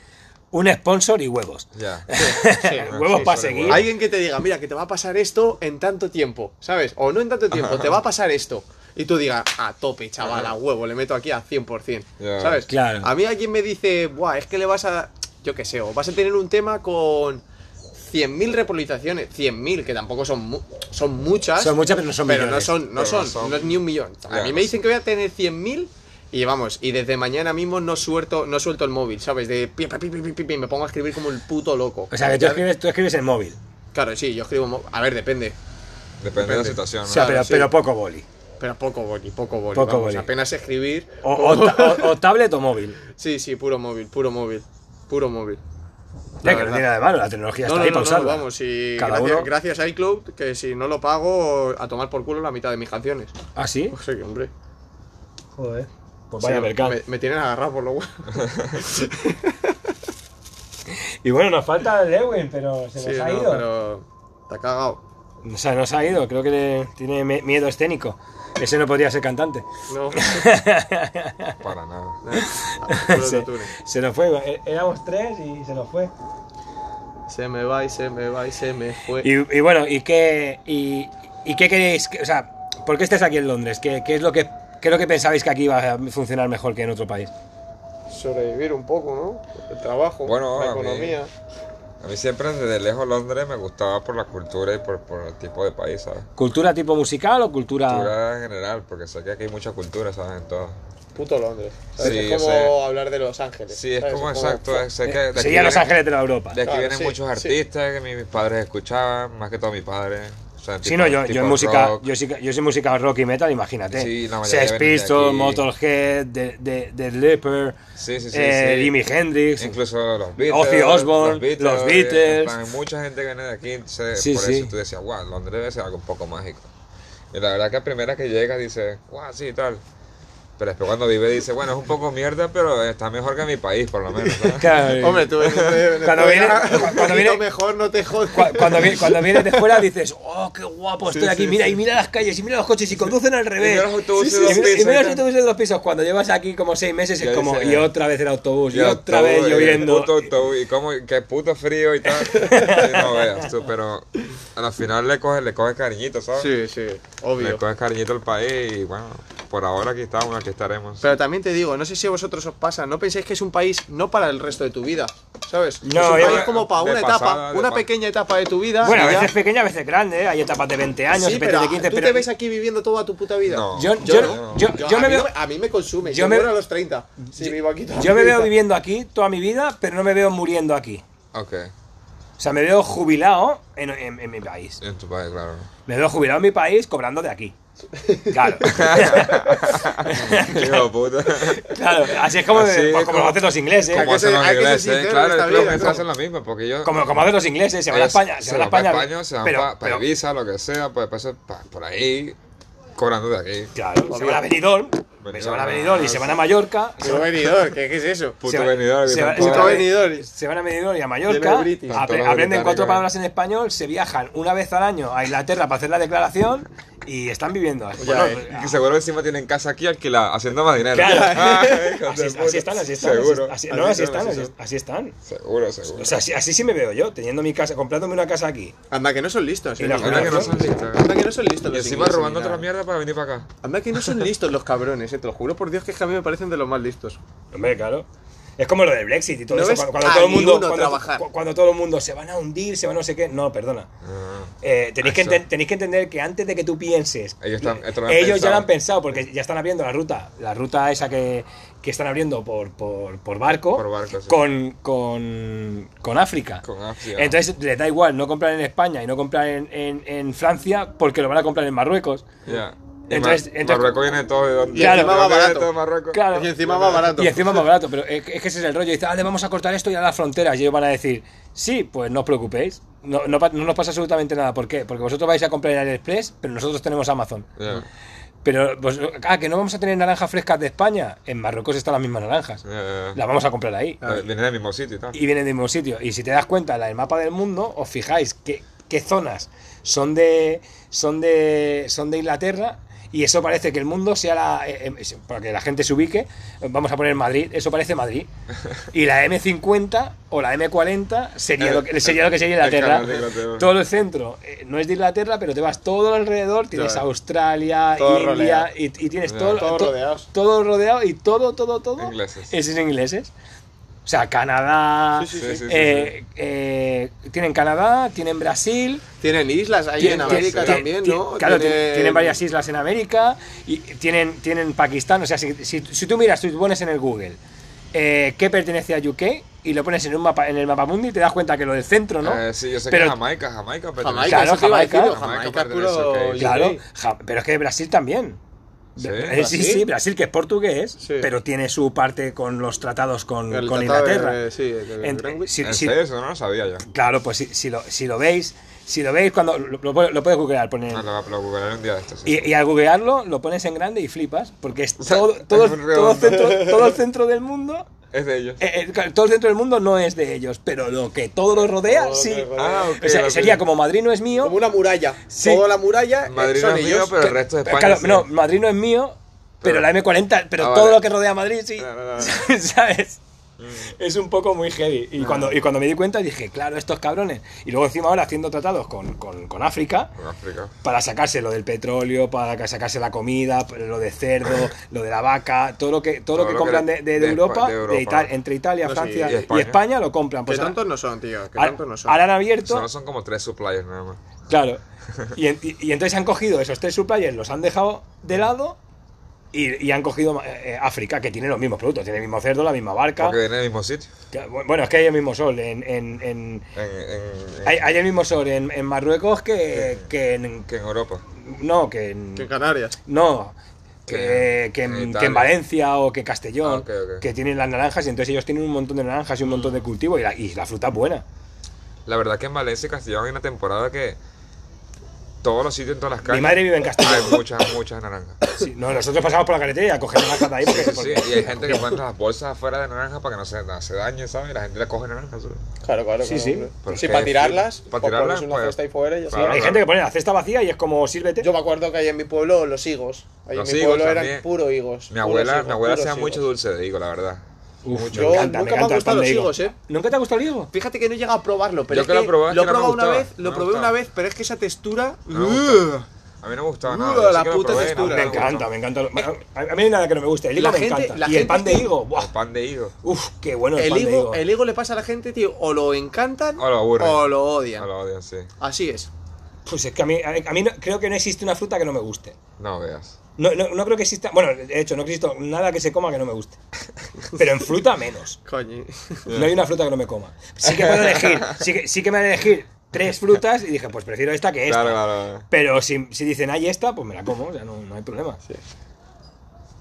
S1: un sponsor y huevos.
S2: Ya.
S1: (laughs) huevos
S2: sí,
S1: para
S2: sobre
S1: seguir.
S2: huevos.
S3: Alguien que te diga, mira, que te va a pasar esto en tanto tiempo, ¿sabes? O no en tanto tiempo, te va a pasar esto. Y tú digas, a tope, chaval, a huevo, le meto aquí a 100%.
S2: Ya.
S3: ¿Sabes?
S1: Claro.
S3: A mí alguien me dice, buah, es que le vas a. Yo qué sé, o vas a tener un tema con 100.000 repolitaciones. 100.000, que tampoco son, mu- son muchas.
S5: Son muchas, pero no son
S3: Pero no
S5: millones.
S3: son, no
S2: Pero
S3: son,
S2: no son.
S3: no es ni un millón. A
S2: Ya,
S3: mí
S2: no
S3: me
S2: sé.
S3: dicen que voy a tener 100.000 y vamos, y desde mañana mismo no suelto, no suelto el móvil, ¿sabes? De pi, pi, pi, pi, pi, pi, me pongo a escribir como el puto loco.
S1: O sea, que tú escribes, tú escribes en móvil.
S2: Ah,
S3: Claro, sí, yo escribo. mo- A ver, depende.
S2: Depende, de la situación,
S1: O
S2: ¿no?
S1: sea,
S3: Claro,
S1: pero,
S3: sí.
S1: pero poco boli.
S3: Pero poco boli, poco boli.
S1: Poco
S3: vamos,
S1: boli.
S3: Apenas escribir.
S1: O, o ta- o- o tablet o móvil.
S3: Sí, sí, puro móvil, puro móvil. Puro móvil.
S1: Ya que
S3: La
S1: no
S3: verdad.
S1: tiene nada de malo, la tecnología
S3: no,
S1: está
S3: no,
S1: ahí
S3: no,
S1: para
S3: no,
S1: usarla.
S3: vamos, y
S1: Cada
S3: gracias,
S1: uno.
S3: gracias a iCloud, que si no lo pago, a tomar por culo la mitad de mis canciones. (laughs)
S1: Ah, sí.
S3: O sea que, hombre.
S5: Joder. Pues vaya
S3: o sea,
S1: mercado.
S3: me, me tienen agarrado por lo bueno.
S1: Y bueno, nos falta Lewin, pero se nos
S3: Sí,
S1: ha
S3: no,
S1: ido.
S3: pero. Te ha cagado.
S1: O sea, nos ha ido. Creo que le- tiene me- miedo escénico. Ese no podría ser
S3: (laughs)
S1: cantante. (laughs)
S3: No.
S2: Para nada.
S3: Ah, puro
S1: se,
S3: tutune.
S1: se nos fue. É- Éramos tres y se nos fue.
S3: Se me va y se me va y se me fue.
S1: Y, y bueno, ¿y qué, y, y qué queréis? que- O sea, ¿por qué estáis aquí en Londres? ¿Qué, qué es lo que, qué es lo que pensabais que aquí iba a funcionar mejor que en otro país?
S3: Sobrevivir un poco, ¿no? El trabajo,
S2: Bueno,
S3: la
S2: a mí-
S3: economía.
S2: A mí siempre desde lejos Londres me gustaba por la cultura y por, por el tipo de país, ¿sabes?
S1: ¿Cultura tipo musical o cultura...?
S2: Cultura en general, porque sé que aquí hay mucha cultura, ¿sabes? En todo.
S3: Puto Londres. ¿sabes?
S2: Sí,
S3: es como
S2: o sea-
S3: hablar de Los Ángeles.
S2: Sí, es
S3: ¿sabes?
S2: como exacto, es- sé que de
S1: Eh,
S2: aquí,
S1: Sería Los
S2: vienen-
S1: Ángeles de la Europa.
S2: de aquí
S3: Claro,
S2: vienen
S3: sí,
S2: muchos
S3: sí.
S2: artistas que mi- mis, padres escuchaban, más que todo mis padres. O sea,
S1: Sí,
S2: tipo-
S1: no, yo,
S2: tipo
S1: yo en música,
S2: rock.
S1: yo, sí- yo soy música rock y metal, imagínate.
S2: Sí, la mayoría
S1: Sex
S2: vienen de
S1: Pistols,
S2: aquí.
S1: Motorhead, The, The, The Leper,
S2: Sí, sí, sí,
S1: eh,
S2: sí.
S1: Jimi Hendrix.
S2: Incluso los Beatles.
S1: Ozzy Osbourne, los
S2: eh,
S1: Beatles.
S2: en plan, hay mucha gente que viene de aquí, entonces
S1: Sí,
S2: por
S1: sí.
S2: eso tú decías, wow, Londres debe ser algo un poco mágico. Y la verdad que a primera que llega dice, wow, sí, tal. Pero después cuando vive dice, bueno, es un poco mierda, pero está mejor que mi país, por lo menos.
S1: (laughs)
S2: ¿sabes?
S1: Claro.
S3: Hombre, tú veniste de Venezuela,
S1: Cuando viene- cuando
S3: un
S1: viene-
S3: poquito mejor no te jodas.
S1: Cu- Cuando, vi- cuando vienes de fuera dices, oh, qué guapo estoy
S3: Sí,
S1: aquí,
S3: sí,
S1: mira, y mira las calles, y mira los coches, y conducen al revés.
S2: mira los autobuses
S1: Sí,
S2: de dos
S1: y mira-
S2: pisos,
S1: y mira los
S2: y tal.
S1: autobuses de dos pisos. Cuando llevas aquí como seis meses
S2: Ya
S1: es como,
S2: dices,
S1: y otra vez el autobús, y,
S2: Ya,
S1: otra
S2: todo,
S1: vez
S2: eh,
S1: lloviendo.
S2: puto autobús, y como, qué puto frío y tal. Sí, no veas tú, pero al final le coges le coges cariñito, ¿sabes?
S3: Sí, sí,
S2: le
S3: obvio.
S2: coges cariñito al país y bueno, por ahora aquí estamos, aquí estaremos.
S3: Pero también te digo, no sé si a vosotros os pasa, no penséis que es un país no para el resto de tu vida, ¿sabes?
S1: No,
S3: es un
S1: yo-
S3: país como para
S2: de
S3: una
S2: pasada,
S3: etapa,
S2: de
S3: una
S2: pa-
S3: pequeña etapa de tu vida.
S1: Bueno, a
S3: y ya.
S1: veces pequeña, a veces grande, ¿eh? hay etapas de 20 años,
S3: Sí,
S1: etapas
S3: pero
S1: de 15,
S3: ¿tú
S1: pero...
S3: te ves aquí viviendo toda tu puta vida?
S2: No.
S1: Yo,
S3: Yo
S1: yo,
S3: no.
S1: yo,
S3: Yo-
S1: yo
S3: a,
S1: me
S3: mí,
S1: veo...
S3: no- a mí me consume,
S1: yo
S3: yo,
S1: me-
S3: muero a los 30. Sí, mi vaquita.
S1: Yo me veo viviendo aquí toda mi vida, pero no me veo muriendo aquí.
S2: Ok,
S1: O sea, me veo jubilado en, en- en mi país.
S2: en tu país, claro.
S1: Me veo jubilado en mi país cobrando de aquí.
S2: (laughs)
S1: Claro,
S2: Hijo de puta.
S1: claro. Así es como,
S2: Así
S1: pues,
S2: es
S1: como,
S2: como-
S1: lo hacen los ingleses.
S2: Como
S3: que
S2: hacen
S3: ser-
S2: los
S3: hay que ser
S2: ingleses,
S3: sincero en
S2: claro,
S3: esta
S2: es que los
S3: vida,
S2: ingleses
S3: ¿no?
S2: hacen lo mismo, porque yo...
S1: Como, como hacen los ingleses, se van a
S2: ellos
S1: España, se, van a
S2: van
S1: España,
S2: pa' se van
S1: pero-
S2: pa- para
S1: pero-
S2: Ibiza, lo que sea, pues después pa- por ahí, cobrando de aquí.
S1: claro, se van a Benidorm, se van a Benidorm y se van a Mallorca, se,
S3: Yo venidor, ¿qué, qué es eso?
S2: Puto
S1: Se-
S2: venidor,
S1: se-
S2: que
S1: se-
S3: Puto
S2: tampoco...
S3: venidor.
S1: se van a Benidorm y a
S3: Yo
S1: Mallorca,
S3: no british.
S1: apre-
S2: Tanto los
S1: aprenden cuatro
S2: británicos.
S1: palabras en español, se viajan una vez al año a Inglaterra para hacer la declaración y están viviendo. Bueno,
S2: Y que seguro encima tienen casa aquí alquilada, haciendo más dinero. (laughs)
S1: Claro. (laughs)
S2: Ay, Ah, hijo de
S1: Así, así
S2: puta.
S1: están, así están. así-
S2: Seguro.
S1: así- no, así están, así,
S2: son.
S1: así están.
S2: Seguro, seguro.
S1: O sea, así, así sí me veo yo, teniendo mi casa, comprándome una casa aquí.
S3: Anda que no son listos.
S1: Y
S3: eh,
S1: la
S3: los
S2: Ahora que no
S3: ingleses.
S2: son listos.
S3: Anda que no son listos.
S2: Y
S3: los
S2: encima
S3: ingleses ni
S2: robando otra
S3: nada.
S2: mierda para venir para acá. (laughs)
S3: Anda que no son listos los cabrones, eh, te lo juro por Dios que es que a mí me parecen de los más listos.
S1: Hombre, claro. Es como lo del Brexit y todo
S3: ¿No
S1: eso.
S3: ves
S1: Cuando, cuando
S3: a
S1: todo el mundo,
S3: ninguno
S1: cuando,
S3: trabajar?
S1: cu- cuando todo el mundo se van a hundir, se van a no sé qué. No, perdona. Eh, tenéis, que
S2: Eso.
S1: enten- tenéis que entender que antes de que tú pienses,
S2: Ellos están- esto lo han
S1: ellos ya
S2: pensado.
S1: lo han pensado, porque ya están abriendo la ruta, la ruta esa que, que están abriendo por, por, por barco,
S2: Por barco, sí.
S1: con, con, con África.
S2: Con África.
S1: Entonces les da igual no comprar en España y no comprar en, en- en Francia, porque lo van a comprar en Marruecos.
S2: Ya.
S1: Entonces-
S2: Entonces,
S1: entonces-
S2: Marruecos viene todo de donde.
S3: Y encima va
S2: viene
S3: barato.
S2: todo Marruecos.
S1: Claro.
S3: Y encima más barato.
S1: Y encima es más barato, pero es que es que ese es el rollo. Dice, ah, le vamos a cortar esto y a las fronteras. Y ellos van a decir, sí, pues no os preocupéis. No, no, pa- no nos pasa absolutamente nada. ¿Por qué? Porque vosotros vais a comprar en AliExpress, pero nosotros tenemos Amazon.
S2: Ya,
S1: Pero, pues, ah, que no vamos a tener naranjas frescas de España. En Marruecos están las mismas naranjas.
S2: ya, ya, ya.
S1: Las vamos a comprar ahí.
S2: Eh, Viene del mismo sitio y tal.
S1: Y vienen del mismo sitio. Y si te das cuenta, en el mapa del mundo, os fijáis qué, qué zonas son de, son, de, son de Inglaterra. Y eso parece que el mundo sea la. eh, eh, para que la gente se ubique, vamos a poner Madrid, eso parece
S2: (laughs)
S1: Madrid. Y la M50 o la M40 sería, lo, que, sería lo que sería
S2: El
S1: Inglaterra.
S2: canal de Inglaterra.
S1: Todo el centro eh, no es de Inglaterra, pero te vas todo alrededor, tienes
S3: Claro.
S1: Australia,
S3: Todo
S1: India,
S3: rodeado.
S1: y, y tienes
S2: Ya.
S1: todo,
S3: Todo
S1: to-
S3: rodeados.
S1: todo rodeado y todo, todo, todo.
S2: Ingleses.
S1: Es en ingleses. O sea, Canadá.
S3: Sí, sí, sí.
S2: Sí, sí, sí,
S1: eh, eh, tienen Canadá, tienen Brasil.
S3: Tienen islas ahí
S1: tienen-
S3: en América
S1: tienen-
S3: también,
S1: tienen-
S3: ¿no?
S1: Claro, tienen, varias islas en América. Y tienen, tienen Pakistán. O sea, si, si- si tú miras, si tú pones en el Google eh, qué pertenece a UK y lo pones en un mapa, en el mapa mundi, te das cuenta que lo del centro, ¿no?
S2: Eh, sí, yo sé
S1: Pero-
S2: que Jamaica, Jamaica, pero.
S3: Jamaica,
S1: Claro,
S3: eso te iba a decir,
S1: Jamaica.
S3: Jamaica es
S2: Jamaica
S3: puro
S2: pertenece, ok.
S1: Claro,
S3: libre.
S1: ja- pero es que Brasil también.
S2: Sí,
S1: Eh, Sí, sí,
S3: Brasil.
S1: Brasil, que es portugués,
S3: Sí.
S1: pero tiene su parte con los tratados con,
S3: El
S1: con
S3: tratado de-
S1: Inglaterra.
S3: sí, de- de
S1: En-
S3: Greenwich.
S1: si-
S2: ¿En
S1: si-
S2: serio? Eso no lo sabía yo.
S1: claro, pues si, si lo, si lo veis, si lo veis cuando lo, lo- lo puedes googlear, poner-
S3: Ah,
S2: No, lo, lo googlearé un día de estos. sí.
S1: y, y al googlearlo lo pones en grande y flipas, porque es
S2: sea,
S1: todo, todo,
S2: es
S1: el-
S2: redondo.
S1: todo el centro,
S3: (laughs)
S1: todo el centro del mundo.
S2: Es de ellos.
S1: eh, eh, claro, todo el centro del mundo no es de ellos, pero lo que todo lo rodea,
S3: Todo lo
S1: sí.
S3: que rodea.
S2: ah, ok.
S1: O sea,
S2: ok.
S1: sería como Madrid no es mío.
S3: Como una muralla.
S1: Sí.
S3: Toda la muralla eh,
S2: Madrid
S3: son
S2: no es mío,
S3: ellos.
S2: pero el resto de
S1: Pero
S2: España.
S1: claro,
S2: sí.
S1: no, Madrid no es mío, pero
S2: Pero-
S1: la M40, pero
S2: Ah,
S1: todo
S2: vale. Ah,
S1: lo que rodea a Madrid sí.
S2: No, no, no.
S1: (laughs) ¿Sabes?
S3: Mm.
S1: Es un poco muy heavy.
S3: Ah.
S1: Y, cuando, y cuando me di cuenta dije, claro, estos cabrones. Y luego encima ahora haciendo tratados con, con- con África
S2: Con África.
S1: para sacarse lo del petróleo, para que sacarse la comida, lo de
S2: (laughs)
S1: cerdo, lo de la vaca, todo lo que, todo lo
S2: Todo
S1: que
S2: lo que
S1: compran
S2: de-
S1: de, de- de
S2: de Espa-
S1: Europa,
S2: de
S1: de
S2: Europa.
S1: Ita- entre Italia,
S3: No, sí,
S1: Francia
S2: y
S1: y España.
S2: España.
S1: lo compran.
S3: Que
S1: Pues ahora-
S3: tantos no son, tío. Que
S1: ahora-
S3: tantos no son.
S1: ahora han abierto.
S2: Solo son como tres suppliers nada más.
S1: Claro. Y, en- y- y entonces han cogido esos tres suppliers, los han dejado de lado y, y han cogido eh, eh, África, que tiene los mismos productos, tiene el mismo cerdo, la misma barca.
S2: Porque viene del mismo sitio.
S1: Que- Bueno, es que hay el mismo sol. En, en- en-
S2: En, en, en-
S1: hay, hay el mismo sol en, en Marruecos que, que en.
S2: que en Europa.
S1: No, que en.
S3: Que en Canarias.
S1: No.
S2: Que
S1: Que,
S2: en-
S1: que
S2: en
S1: en, que en
S2: Italia.
S1: Valencia o que Castellón,
S2: Ah, ok, ok.
S1: que tienen las naranjas, y entonces ellos tienen un montón de naranjas y un montón de cultivo, y la, y la fruta es buena.
S2: La verdad que en Valencia y Castellón hay una temporada que todos los sitios en todas las
S1: Mi
S2: calles.
S1: madre vive en Castellón.
S2: Hay muchas, muchas naranjas.
S1: Sí, no, nosotros pasamos por la carretera y a coger naranjas de ahí porque,
S2: Sí, sí,
S1: porque-
S2: y hay gente que pone las bolsas afuera de naranja para que no se, no se dañe, ¿sabes? Y la gente le coge naranjas. ¿sabes?
S3: Claro, claro.
S1: Sí, sí.
S3: hombre.
S2: Porque
S3: Sí, para
S2: es-
S3: tirarlas.
S2: para
S3: Para
S2: tirarlas,
S3: tirarlas. una
S2: pues,
S3: cesta ahí fuera y ya está.
S2: claro.
S1: hay gente que pone la cesta vacía y es como sírvete.
S3: Yo me acuerdo que ahí en mi pueblo los higos. Ahí
S2: Los
S3: en mi
S2: higos
S3: pueblo eran
S2: también.
S3: puro higos.
S2: Mi abuela,
S3: puros higos,
S2: mi abuela
S3: puros
S2: hacía
S3: higos.
S2: mucho dulce de higo, la verdad.
S1: Uf,
S3: Yo nunca me han
S1: el pan
S3: gustado
S1: de
S3: los
S1: higo.
S3: higos, ¿eh?
S1: ¿Nunca te ha gustado el higo?
S3: Fíjate que no he llegado a probarlo, pero
S2: Yo
S3: es
S2: que
S3: que
S2: lo probé, es
S3: lo he
S2: que no me
S3: probado una
S2: gustaba,
S3: vez, lo
S2: no me
S3: probé una
S2: gustaba.
S3: vez, pero es que esa textura.
S2: No me gustaba. A mí no me gustaba nada.
S3: Uh,
S2: yo sí
S3: la
S2: que lo
S3: puta
S2: probé y
S3: textura.
S2: no
S1: Me
S3: me
S1: encanta, me encanta. Me- A a mí no hay nada que no me guste. El higo
S3: La
S1: me
S3: gente-
S1: encanta.
S3: la
S1: Y el pan de
S3: gente-
S1: higo, buah.
S2: El pan de higo.
S1: Uf, qué bueno el,
S3: El
S1: pan de higo.
S3: higo, el higo le pasa a la gente, tío, o lo encantan
S2: O lo aburren.
S3: o lo odian.
S2: No lo odio, sí.
S3: Así es.
S1: Pues es que a mí, a a mí no- creo que no existe una fruta que no me guste.
S2: No veas.
S1: No, no, no creo que exista. Bueno, de hecho, no existe nada que se coma que no me guste. (laughs) Pero en fruta menos.
S3: Coño.
S1: No hay una fruta que no me coma. Sí que puedo elegir. Sí que, sí que me van a elegir tres frutas y dije, pues prefiero esta que esta.
S2: Claro, claro.
S1: Pero si, si dicen, hay esta, pues me la como, o sea, no, no hay problema.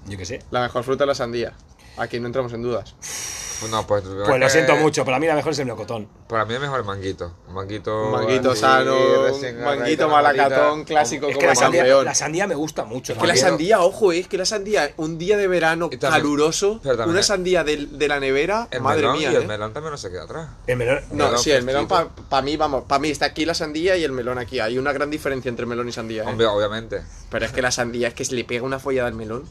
S1: Yo qué sé.
S3: La mejor fruta es la sandía. Aquí no entramos en dudas.
S2: Pues No, pues,
S1: Pues lo
S2: que-
S1: siento mucho, para mí la mejor es el melocotón.
S2: Para mí es mejor el manguito. Un manguito.
S3: Un manguito
S2: así,
S3: sano,
S2: recién
S3: un manguito
S2: agarradito, una
S3: malacatón,
S2: bolita.
S3: clásico
S1: Es
S3: como
S1: que la
S3: el
S1: sandía,
S3: campeón.
S1: la sandía me gusta mucho.
S3: Que la
S2: Manguito.
S3: sandía, ojo, eh, es que la sandía, un día de verano
S2: Y también-
S3: caluroso,
S2: pero también-
S3: una sandía del- de, la nevera,
S2: El
S3: madre
S2: melón
S3: mía.
S2: Y el
S3: eh.
S2: melón también no se queda atrás.
S1: El melón.
S3: No,
S2: melón
S3: sí, el melón para
S2: fresquito.
S3: mí, vamos, para mí está aquí la sandía y el melón aquí. Hay una gran diferencia entre melón y sandía. eh.
S2: Hombre, obviamente.
S3: Pero es que la sandía es que se le pega una follada al melón.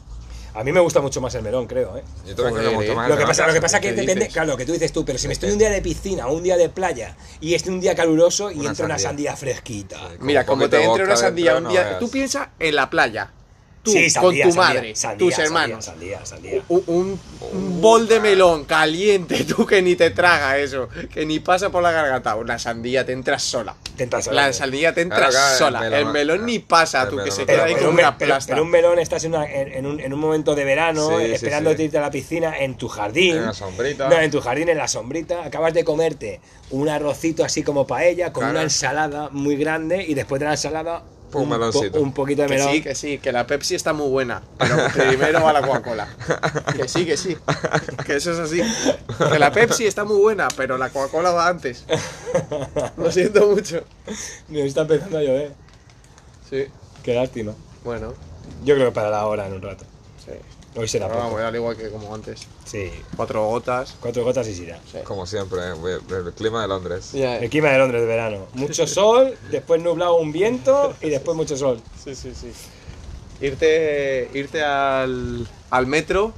S1: A mí me gusta mucho más el melón, creo, ¿eh?
S2: Yo también creo
S3: Joder,
S2: que me gustó
S3: eh.
S2: más el
S1: Lo que
S2: melón.
S1: pasa, lo que pasa
S3: ¿Qué
S1: que
S3: dices?
S1: depende, claro, lo que tú dices tú, pero si me estoy un día de piscina o un día de playa y es un día caluroso y
S2: Una
S1: entra una
S2: sandía.
S1: sandía fresquita.
S2: Con
S3: Mira,
S2: un
S3: como
S2: poquito
S3: te
S2: de
S3: entre
S2: vodka
S3: una sandía
S2: dentro,
S3: un
S2: no
S3: día.
S2: veas.
S3: Tú piensas en la playa. tú
S1: Sí, sandía,
S3: con tu
S1: sandía,
S3: madre,
S1: sandía,
S3: tus
S1: sandía,
S3: hermanos,
S1: Sandía, sandía.
S3: un, un- un bol de melón caliente, (laughs) tú que ni te traga eso, que ni pasa por la garganta, una sandía te entras sola.
S1: Te entras sola.
S3: La sandía te
S2: Claro,
S3: entras
S2: claro, el
S3: sola, el melón,
S2: melón-
S3: ni pasa,
S2: el
S3: tú que
S2: melón
S3: se
S2: no
S3: queda
S2: pasa.
S3: ahí
S2: Pero
S3: como
S1: un, me-
S3: una
S1: pero-
S3: plasta.
S1: pero un melón estás en, una- en- en un, en un momento de verano,
S2: Sí, sí,
S1: esperando
S2: sí.
S1: irte a la piscina, en tu jardín.
S2: En la sombrita.
S1: No, en tu jardín, en la sombrita. Acabas de comerte un arrocito así como paella, con
S2: Claro.
S1: una ensalada muy grande, y después de la ensalada,
S2: Un
S1: po-
S2: meloncito.
S1: un poquito de
S3: Que
S1: melón.
S3: sí, que sí, que la Pepsi está muy buena, pero primero va la Coca-Cola. Que sí, que sí, que eso es así. Que la Pepsi está muy buena, pero la Coca-Cola va antes. Lo siento mucho.
S1: Me está empezando a llover.
S3: Sí,
S1: Qué lástima.
S3: bueno,
S1: Yo creo que para la hora en un rato.
S3: sí.
S1: Hoy
S2: Ah,
S1: será
S3: Ahora
S1: poco.
S3: voy a dar igual que como antes.
S1: Sí,
S3: Cuatro gotas.
S1: cuatro gotas y será.
S3: Sí.
S2: Como siempre, eh, güey, el clima de Londres.
S3: Ya,
S1: El clima de Londres de verano.
S3: (laughs)
S1: Mucho sol, después nublado un viento y después mucho sol.
S3: Sí, sí, sí. Irte, irte al, al metro,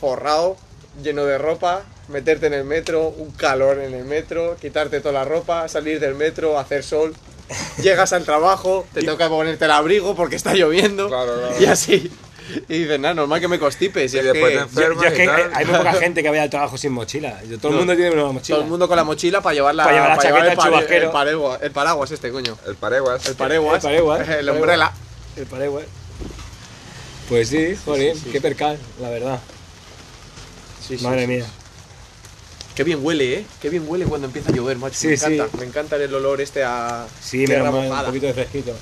S3: forrado, lleno de ropa, meterte en el metro, un calor en el metro, quitarte toda la ropa, salir del metro,
S2: (laughs)
S3: hacer sol. Llegas al trabajo, te toca ponerte el abrigo porque está lloviendo.
S2: Claro, claro.
S3: Y así. Y dices, nada, normal que me constipes. Y
S2: Y
S3: es
S2: después
S3: que
S2: te enfer-
S1: Yo, yo es que
S2: y
S1: hay,
S2: tal.
S1: hay muy
S3: (laughs)
S1: poca gente que vaya al trabajo sin mochila. Yo- todo el mundo tiene una mochila.
S3: todo el mundo con la mochila para llevar, la,
S1: Para llevar la
S3: el,
S1: chaqueta,
S3: pare-
S1: chubasquero.
S3: el paraguas, el paraguas este, coño.
S2: El pareguas.
S3: El pareguas,
S1: El pareguas,
S3: el
S1: pareguas.
S3: umbrella.
S1: El paraguas. Pues sí, joder, qué percal, la verdad.
S3: Sí, sí,
S1: Madre
S3: sí.
S1: mía.
S3: Qué bien huele, ¿eh? Qué bien huele cuando empieza a llover, macho.
S1: Sí,
S3: me encanta,
S1: sí.
S3: me encanta el olor este a
S1: Sí, me da
S3: tierra
S1: un
S3: mojada.
S1: poquito de fresquito.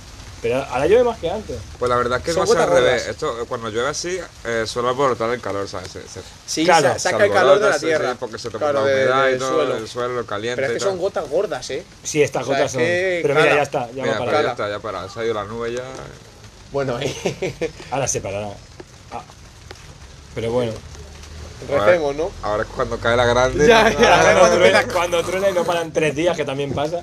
S1: Pero ahora llueve más que antes.
S2: Pues la verdad es que no
S3: Son
S2: es al
S3: gotas
S2: revés.
S3: gordas.
S2: Esto, eh, cuando llueve así, eh, suele alborotar el calor, ¿sabes? Se- se-
S3: Sí,
S1: Claro,
S3: sa- saca
S2: se
S3: el calor de
S2: alborota,
S3: la
S2: sí,
S3: tierra.
S2: sí, porque se te
S3: claro,
S2: pone la
S3: de-
S2: humedad
S3: del
S2: y todo,
S3: suelo.
S2: el suelo caliente.
S3: Pero es que
S2: y tal.
S3: son gotas gordas, ¿eh?
S1: Sí, estas
S3: O sea,
S1: gotas
S3: es
S1: son.
S3: que,
S1: Pero mira,
S3: claala.
S1: ya está, ya
S2: Mira,
S1: va
S2: pero
S1: para
S2: ya
S1: allá.
S2: está, ya para. Se ha ido la nube ya.
S3: Bueno, (laughs) eh,
S1: Ahora se parará. Ah. Pero bueno.
S3: recemos, ¿no?
S2: Ahora es cuando cae la grande.
S3: Ya, ya.
S1: Ahora
S3: Ahora
S1: cuando
S3: cuando
S1: truena, cuando truena y no paran tres días, que también pasa.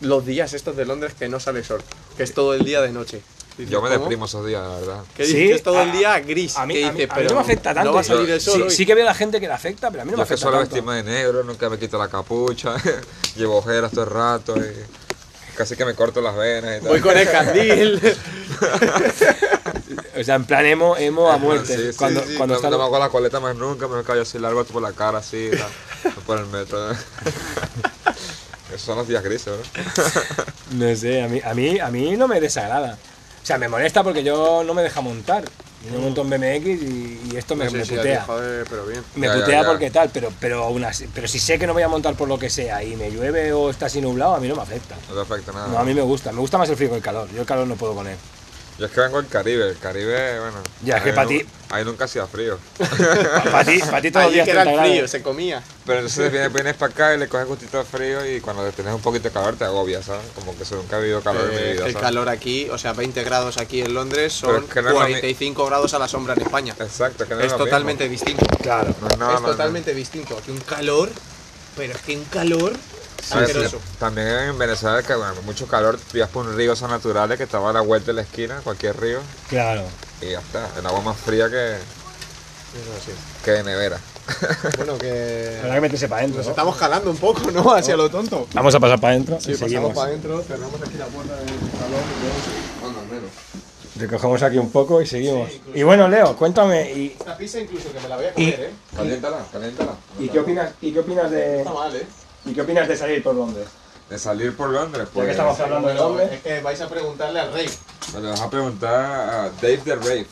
S3: Los días estos de Londres que no sale sol, que es todo el día de noche. Dices,
S2: Yo me
S3: ¿cómo?
S2: deprimo esos días, la verdad.
S3: Que
S1: Sí,
S3: dices que es todo
S1: a-
S3: el día gris.
S1: A mí,
S3: que
S1: a mí-
S3: dices,
S1: a mí
S3: pero
S1: no me afecta tanto.
S3: No va a salir el sol
S1: sí,
S3: hoy.
S1: sí que veo la gente que le afecta, pero a mí no me
S2: Yo que
S1: afecta
S2: suelo
S1: tanto.
S2: vestirme de negro, nunca me quito la capucha, (laughs) llevo ojeras todo el rato y casi que me corto las venas y tal.
S3: Voy
S1: (laughs)
S3: con el candil.
S1: O sea, en plan emo, emo a
S2: Ajá,
S1: muerte.
S2: sí, sí,
S1: cuando
S2: sí,
S1: cuando
S2: no,
S1: está
S2: no me hago la coleta más nunca, me callo así largo por la cara así,
S1: (laughs)
S2: y tal, por el metro. Esos son los días grises, ¿no?
S1: (laughs) No sé, a mí, a, mí, a mí no me desagrada. O sea, me molesta porque yo no me deja montar. Yo
S3: Mm.
S1: monto en BMX y, y
S3: (laughs)
S1: esto me, me
S3: sí,
S1: putea.
S3: joder, pero bien.
S1: me
S2: Ya, ya,
S1: putea
S2: ya.
S1: porque tal, pero, pero, aún así- pero si sé que no voy a montar por lo que sea y me llueve o está así nublado, a mí no me afecta.
S2: No te afecta nada.
S1: No, a mí me gusta. Me gusta más el frío que el calor. Yo el calor no puedo
S3: (laughs)
S1: con él.
S2: Yo es que vengo del Caribe, el Caribe, bueno.
S1: Ya, es que
S2: ahí
S1: pa'
S2: nu-
S1: ti-
S2: Ahí nunca hacía frío.
S1: Para ti, pa' ti todos los
S3: Allí
S1: días
S3: que
S1: 30
S3: era el frío,
S1: grados.
S3: se comía.
S2: Pero entonces vienes, para acá y le coges gustito de frío y cuando tenés un poquito de calor te agobias, ¿sabes? Como que eso nunca he vivido calor en mi
S3: Eh,
S2: vida,
S3: el
S2: ¿sabes?
S3: calor aquí, o sea, 20 grados aquí en Londres
S2: Pero
S3: son
S2: es que no es lo
S3: 45 grados a la sombra en España.
S2: Exacto, es que no
S3: Es
S2: lo mismo.
S3: totalmente distinto.
S1: Claro.
S2: No es nada,
S3: es
S2: no, no.
S3: totalmente distinto. Aquí un calor, pero es que un calor
S2: A ver,
S3: asqueroso.
S2: también en Venezuela, que bueno, mucho calor, ibas por un río esos naturales que estaba a la vuelta de la esquina, cualquier río,
S1: Claro.
S2: y ya está. El agua más fría que,
S3: Eso sí.
S2: que de nevera.
S3: Bueno,
S1: Habrá
S3: que
S1: que meterse para adentro.
S3: nos estamos jalando un poco, ¿no? Hacia lo tonto.
S1: Vamos a pasar para adentro
S3: Sí,
S1: y
S3: pasamos
S1: seguimos.
S3: para adentro, cerramos aquí la puerta del salón y todo. Anda, menos.
S1: Recogemos aquí un poco y seguimos. y bueno, Leo, cuéntame. ¿y,
S3: Esta pizza incluso que me la voy a comer, ¿eh?
S2: Caliéntala, caliéntala.
S1: y qué opinas, y qué opinas de,
S3: Está mal, ¿eh?
S1: ¿Y qué opinas de salir por Londres?
S2: De salir por Londres,
S1: Ya que
S2: pues.
S1: estamos hablando de
S3: Bueno,
S1: Londres.
S3: es que eh, vais a preguntarle al rey.
S2: Me lo vas a preguntar a Dave the Rave.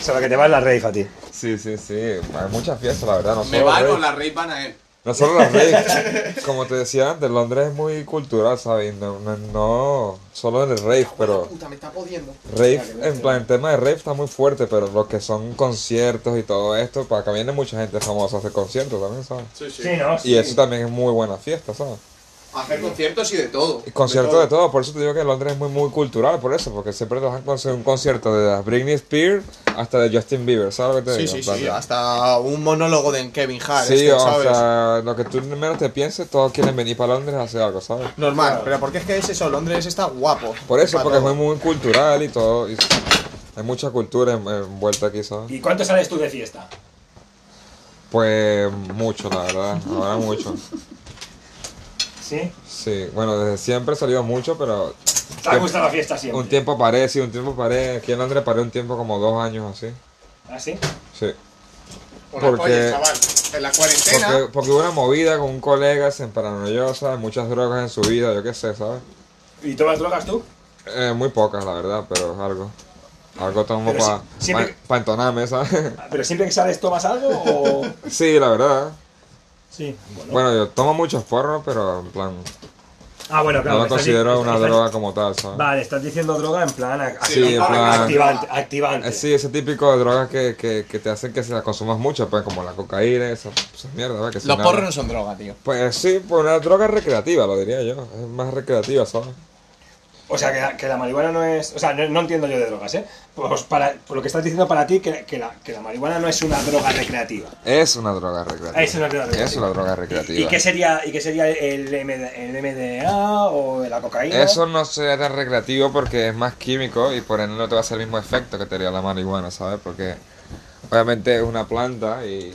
S1: Sobre que te va en la rave a ti.
S2: Sí, sí, sí. Hay muchas fiestas, la verdad. No
S3: ¿Me
S2: solo,
S3: van
S2: rave.
S3: o la rey van a él?
S2: no solo
S1: (laughs)
S2: las raves. Como te decía antes, Londres es muy cultural, ¿sabes? No, no, no solo en el rave, pero.
S3: Puta, me está podiendo.
S2: Rave, en plan, el tema de rave está muy fuerte, pero lo que son conciertos y todo esto, para acá viene mucha gente famosa a hacer conciertos también, ¿sabes?
S3: Sí, sí.
S1: Sí, ¿no?
S2: Y eso también es muy buena fiesta, ¿sabes?
S3: Hacer conciertos y de todo.
S2: Y conciertos de todo, por eso te digo que Londres es muy, muy cultural, por eso, porque siempre te vas a conseguir un concierto de las Britney Spears hasta de Justin Bieber, ¿sabes lo que te
S3: Sí,
S2: digo?
S3: sí,
S2: En
S3: sí,
S2: plan,
S3: hasta un monólogo de Kevin Hart,
S2: sí,
S3: este,
S2: o
S3: ¿sabes?
S2: sea, lo que tú menos te pienses, todos quieren venir para Londres a hacer algo, ¿sabes?
S3: Normal, pero porque es que es eso, Londres está guapo.
S2: Por eso,
S3: Para
S2: porque es
S3: todo.
S2: muy, muy cultural y todo, y hay mucha cultura en- envuelta aquí, ¿sabes?
S1: ¿Y cuánto sales tú de fiesta?
S2: Pues mucho, la verdad, ahora mucho.
S1: ¿Sí?
S2: Sí, bueno, desde siempre he salido mucho, pero
S1: Te ha gustado la fiesta siempre.
S2: Un tiempo paré, sí, un tiempo paré. Aquí en Londres paré un tiempo como dos años así.
S1: ¿Ah, sí?
S2: Sí.
S6: Por
S2: Porque-
S6: apoyo, chaval. En la cuarentena.
S2: Porque, porque hubo una movida con un colega, se paranoia, ¿sabes? Muchas drogas en su vida, yo qué sé, ¿sabes?
S1: ¿Y tomas drogas tú?
S2: Eh, muy pocas, la verdad, pero algo. Algo tomo
S1: Pero
S2: para
S1: si- siempre-
S2: entonarme, ¿sabes? (laughs)
S1: Ah, ¿Pero siempre que sales tomas algo o...?
S2: sí, la verdad.
S1: (laughs) Sí. Bueno.
S2: Bueno, yo tomo muchos porros, pero en plan,
S1: Ah, bueno, claro.
S2: no lo
S1: estás
S2: considero
S1: di-
S2: una
S1: estás-
S2: droga como tal, ¿sabes?
S1: Vale, estás diciendo droga en plan... ac-
S2: Sí, en plan-
S1: Activante, activante.
S2: Eh, Sí, ese típico de drogas que, que, que te hacen que se las consumas mucho, pues como la cocaína, esa, pues, esa mierda, ¿verdad? Que si
S3: Los
S2: nada-
S3: porros no son droga, tío.
S2: Pues sí, pues una droga recreativa, lo diría yo. Es más recreativa, ¿sabes?
S1: O sea, que la, que la marihuana no es. O sea, no, no entiendo yo de drogas, ¿eh? Pues para, por lo que estás diciendo para ti, que, que la, que la marihuana no es una droga recreativa.
S2: Es una droga recreativa.
S1: Es una droga recreativa.
S2: Es una droga
S1: ¿Y,
S2: recreativa.
S1: qué sería, y qué sería el, MD el MDA o la cocaína?
S2: Eso no será tan recreativo porque es más químico y por ende no te va a hacer el mismo efecto que te haría la marihuana, ¿sabes? Porque obviamente es una planta y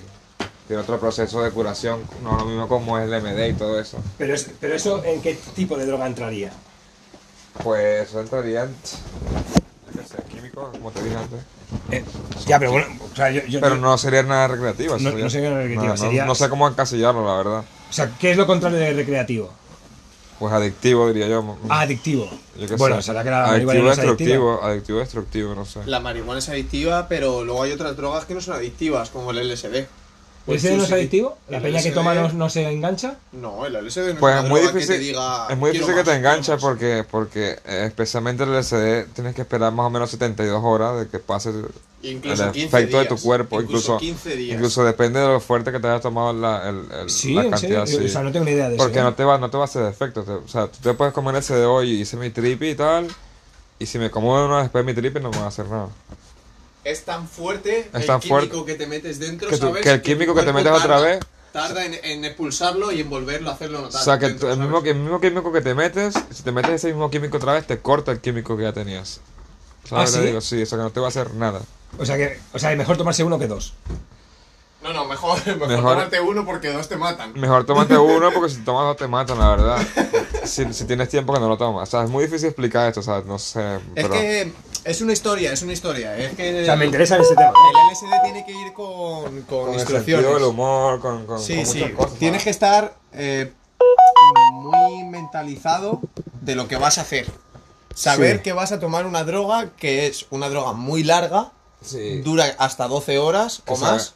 S2: tiene otro proceso de curación, no lo mismo como es el MD y todo eso.
S1: Pero, es- pero eso, ¿en qué tipo de droga entraría?
S2: Pues eso entraría en... yo qué sé, químico, como te dije antes.
S1: ya, pero bueno. O sea, yo, yo-
S2: Eh, Pero no sería nada recreativo.
S1: No-
S2: eso
S1: no sería nada recreativo,
S2: no- no-
S1: sería-
S2: no sé cómo encasillarlo, la verdad.
S1: o sea, ¿qué es lo contrario de recreativo?
S2: Pues adictivo, diría yo.
S1: Ah, adictivo.
S2: Yo qué
S1: Bueno,
S2: sé.
S1: será que la marihuana
S2: adictivo
S1: no es adictiva.
S2: destructivo, adictivo destructivo, no sé.
S3: La marihuana es adictiva, pero luego hay otras drogas que no son adictivas, como el LSD.
S2: Pues
S3: O el
S1: ¿Ese no es
S3: Chusiti.
S1: adictivo? ¿La
S3: El
S1: peña que
S3: LSD
S1: toma no, no se engancha?
S3: No, el LSD no es
S2: Pues
S3: una
S2: es muy
S3: droga
S2: difícil,
S3: que te diga.
S2: es muy difícil
S3: "Quiero
S2: que
S3: más,
S2: te
S3: quiero
S2: enganches
S3: más".
S2: porque, porque eh, especialmente el LSD tienes que esperar más o menos 72 horas de que pase el-
S3: Incluso
S2: el
S3: 15
S2: efecto de tu
S3: días,
S2: cuerpo.
S3: incluso
S2: Incluso,
S3: 15 días.
S2: incluso depende de lo fuerte que te hayas tomado la, el- el-
S1: Sí,
S2: la
S1: en serio.
S2: cantidad. sí.
S1: O sea, no tengo ni idea de
S2: Porque
S1: eso. ¿eh?
S2: no te, va, no te va a hacer efecto. te- o sea, tú te puedes comer ese de hoy y hice mi tripi y tal. Y si me como una después de mi tripi no me va a hacer nada.
S3: Es tan fuerte
S2: Es
S3: el
S2: tan
S3: químico
S2: fuerte.
S3: que te metes dentro,
S2: Que tú-
S3: ¿sabes?
S2: que el
S3: tu
S2: químico que te
S3: cuerpo
S2: metes otra
S3: tarda-
S2: vez.
S3: Tarda en, en expulsarlo y en volverlo a hacerlo notar.
S2: O sea, que
S3: dentro,
S2: tú- el,
S3: ¿sabes?
S2: mismo, el mismo químico que te metes, si te metes ese mismo químico otra vez, te corta el químico que ya tenías. ¿Sabes?
S1: ¿Ah,
S2: Te
S1: sí?
S2: digo, sí, o sea, que no te va a hacer nada.
S1: O sea, que, o sea, es mejor tomarse uno que dos.
S3: No, no, mejor, (laughs) mejor,
S2: Mejor-
S3: tómate uno porque dos te matan.
S2: Mejor tómate uno porque si tomas dos te matan, la verdad. Si, si tienes tiempo que no lo tomas. O sea, es muy difícil explicar esto, o sea, no sé.
S3: Es
S2: Pero
S3: que es una historia, es una historia. ¿eh? Es que
S1: O sea, me interesa ese tema.
S3: el LSD tiene que ir con, con,
S2: con el
S3: instrucciones.
S2: sentido del humor, con, con,
S3: Sí,
S2: con
S3: sí.
S2: muchas cosas.
S3: Tienes que
S2: ¿sabes?
S3: estar eh, muy mentalizado de lo que vas a hacer. Saber
S1: Sí.
S3: que vas a tomar una droga que es una droga muy larga,
S2: Sí.
S3: dura hasta 12 horas
S2: Que
S3: o
S2: sabe-
S3: más.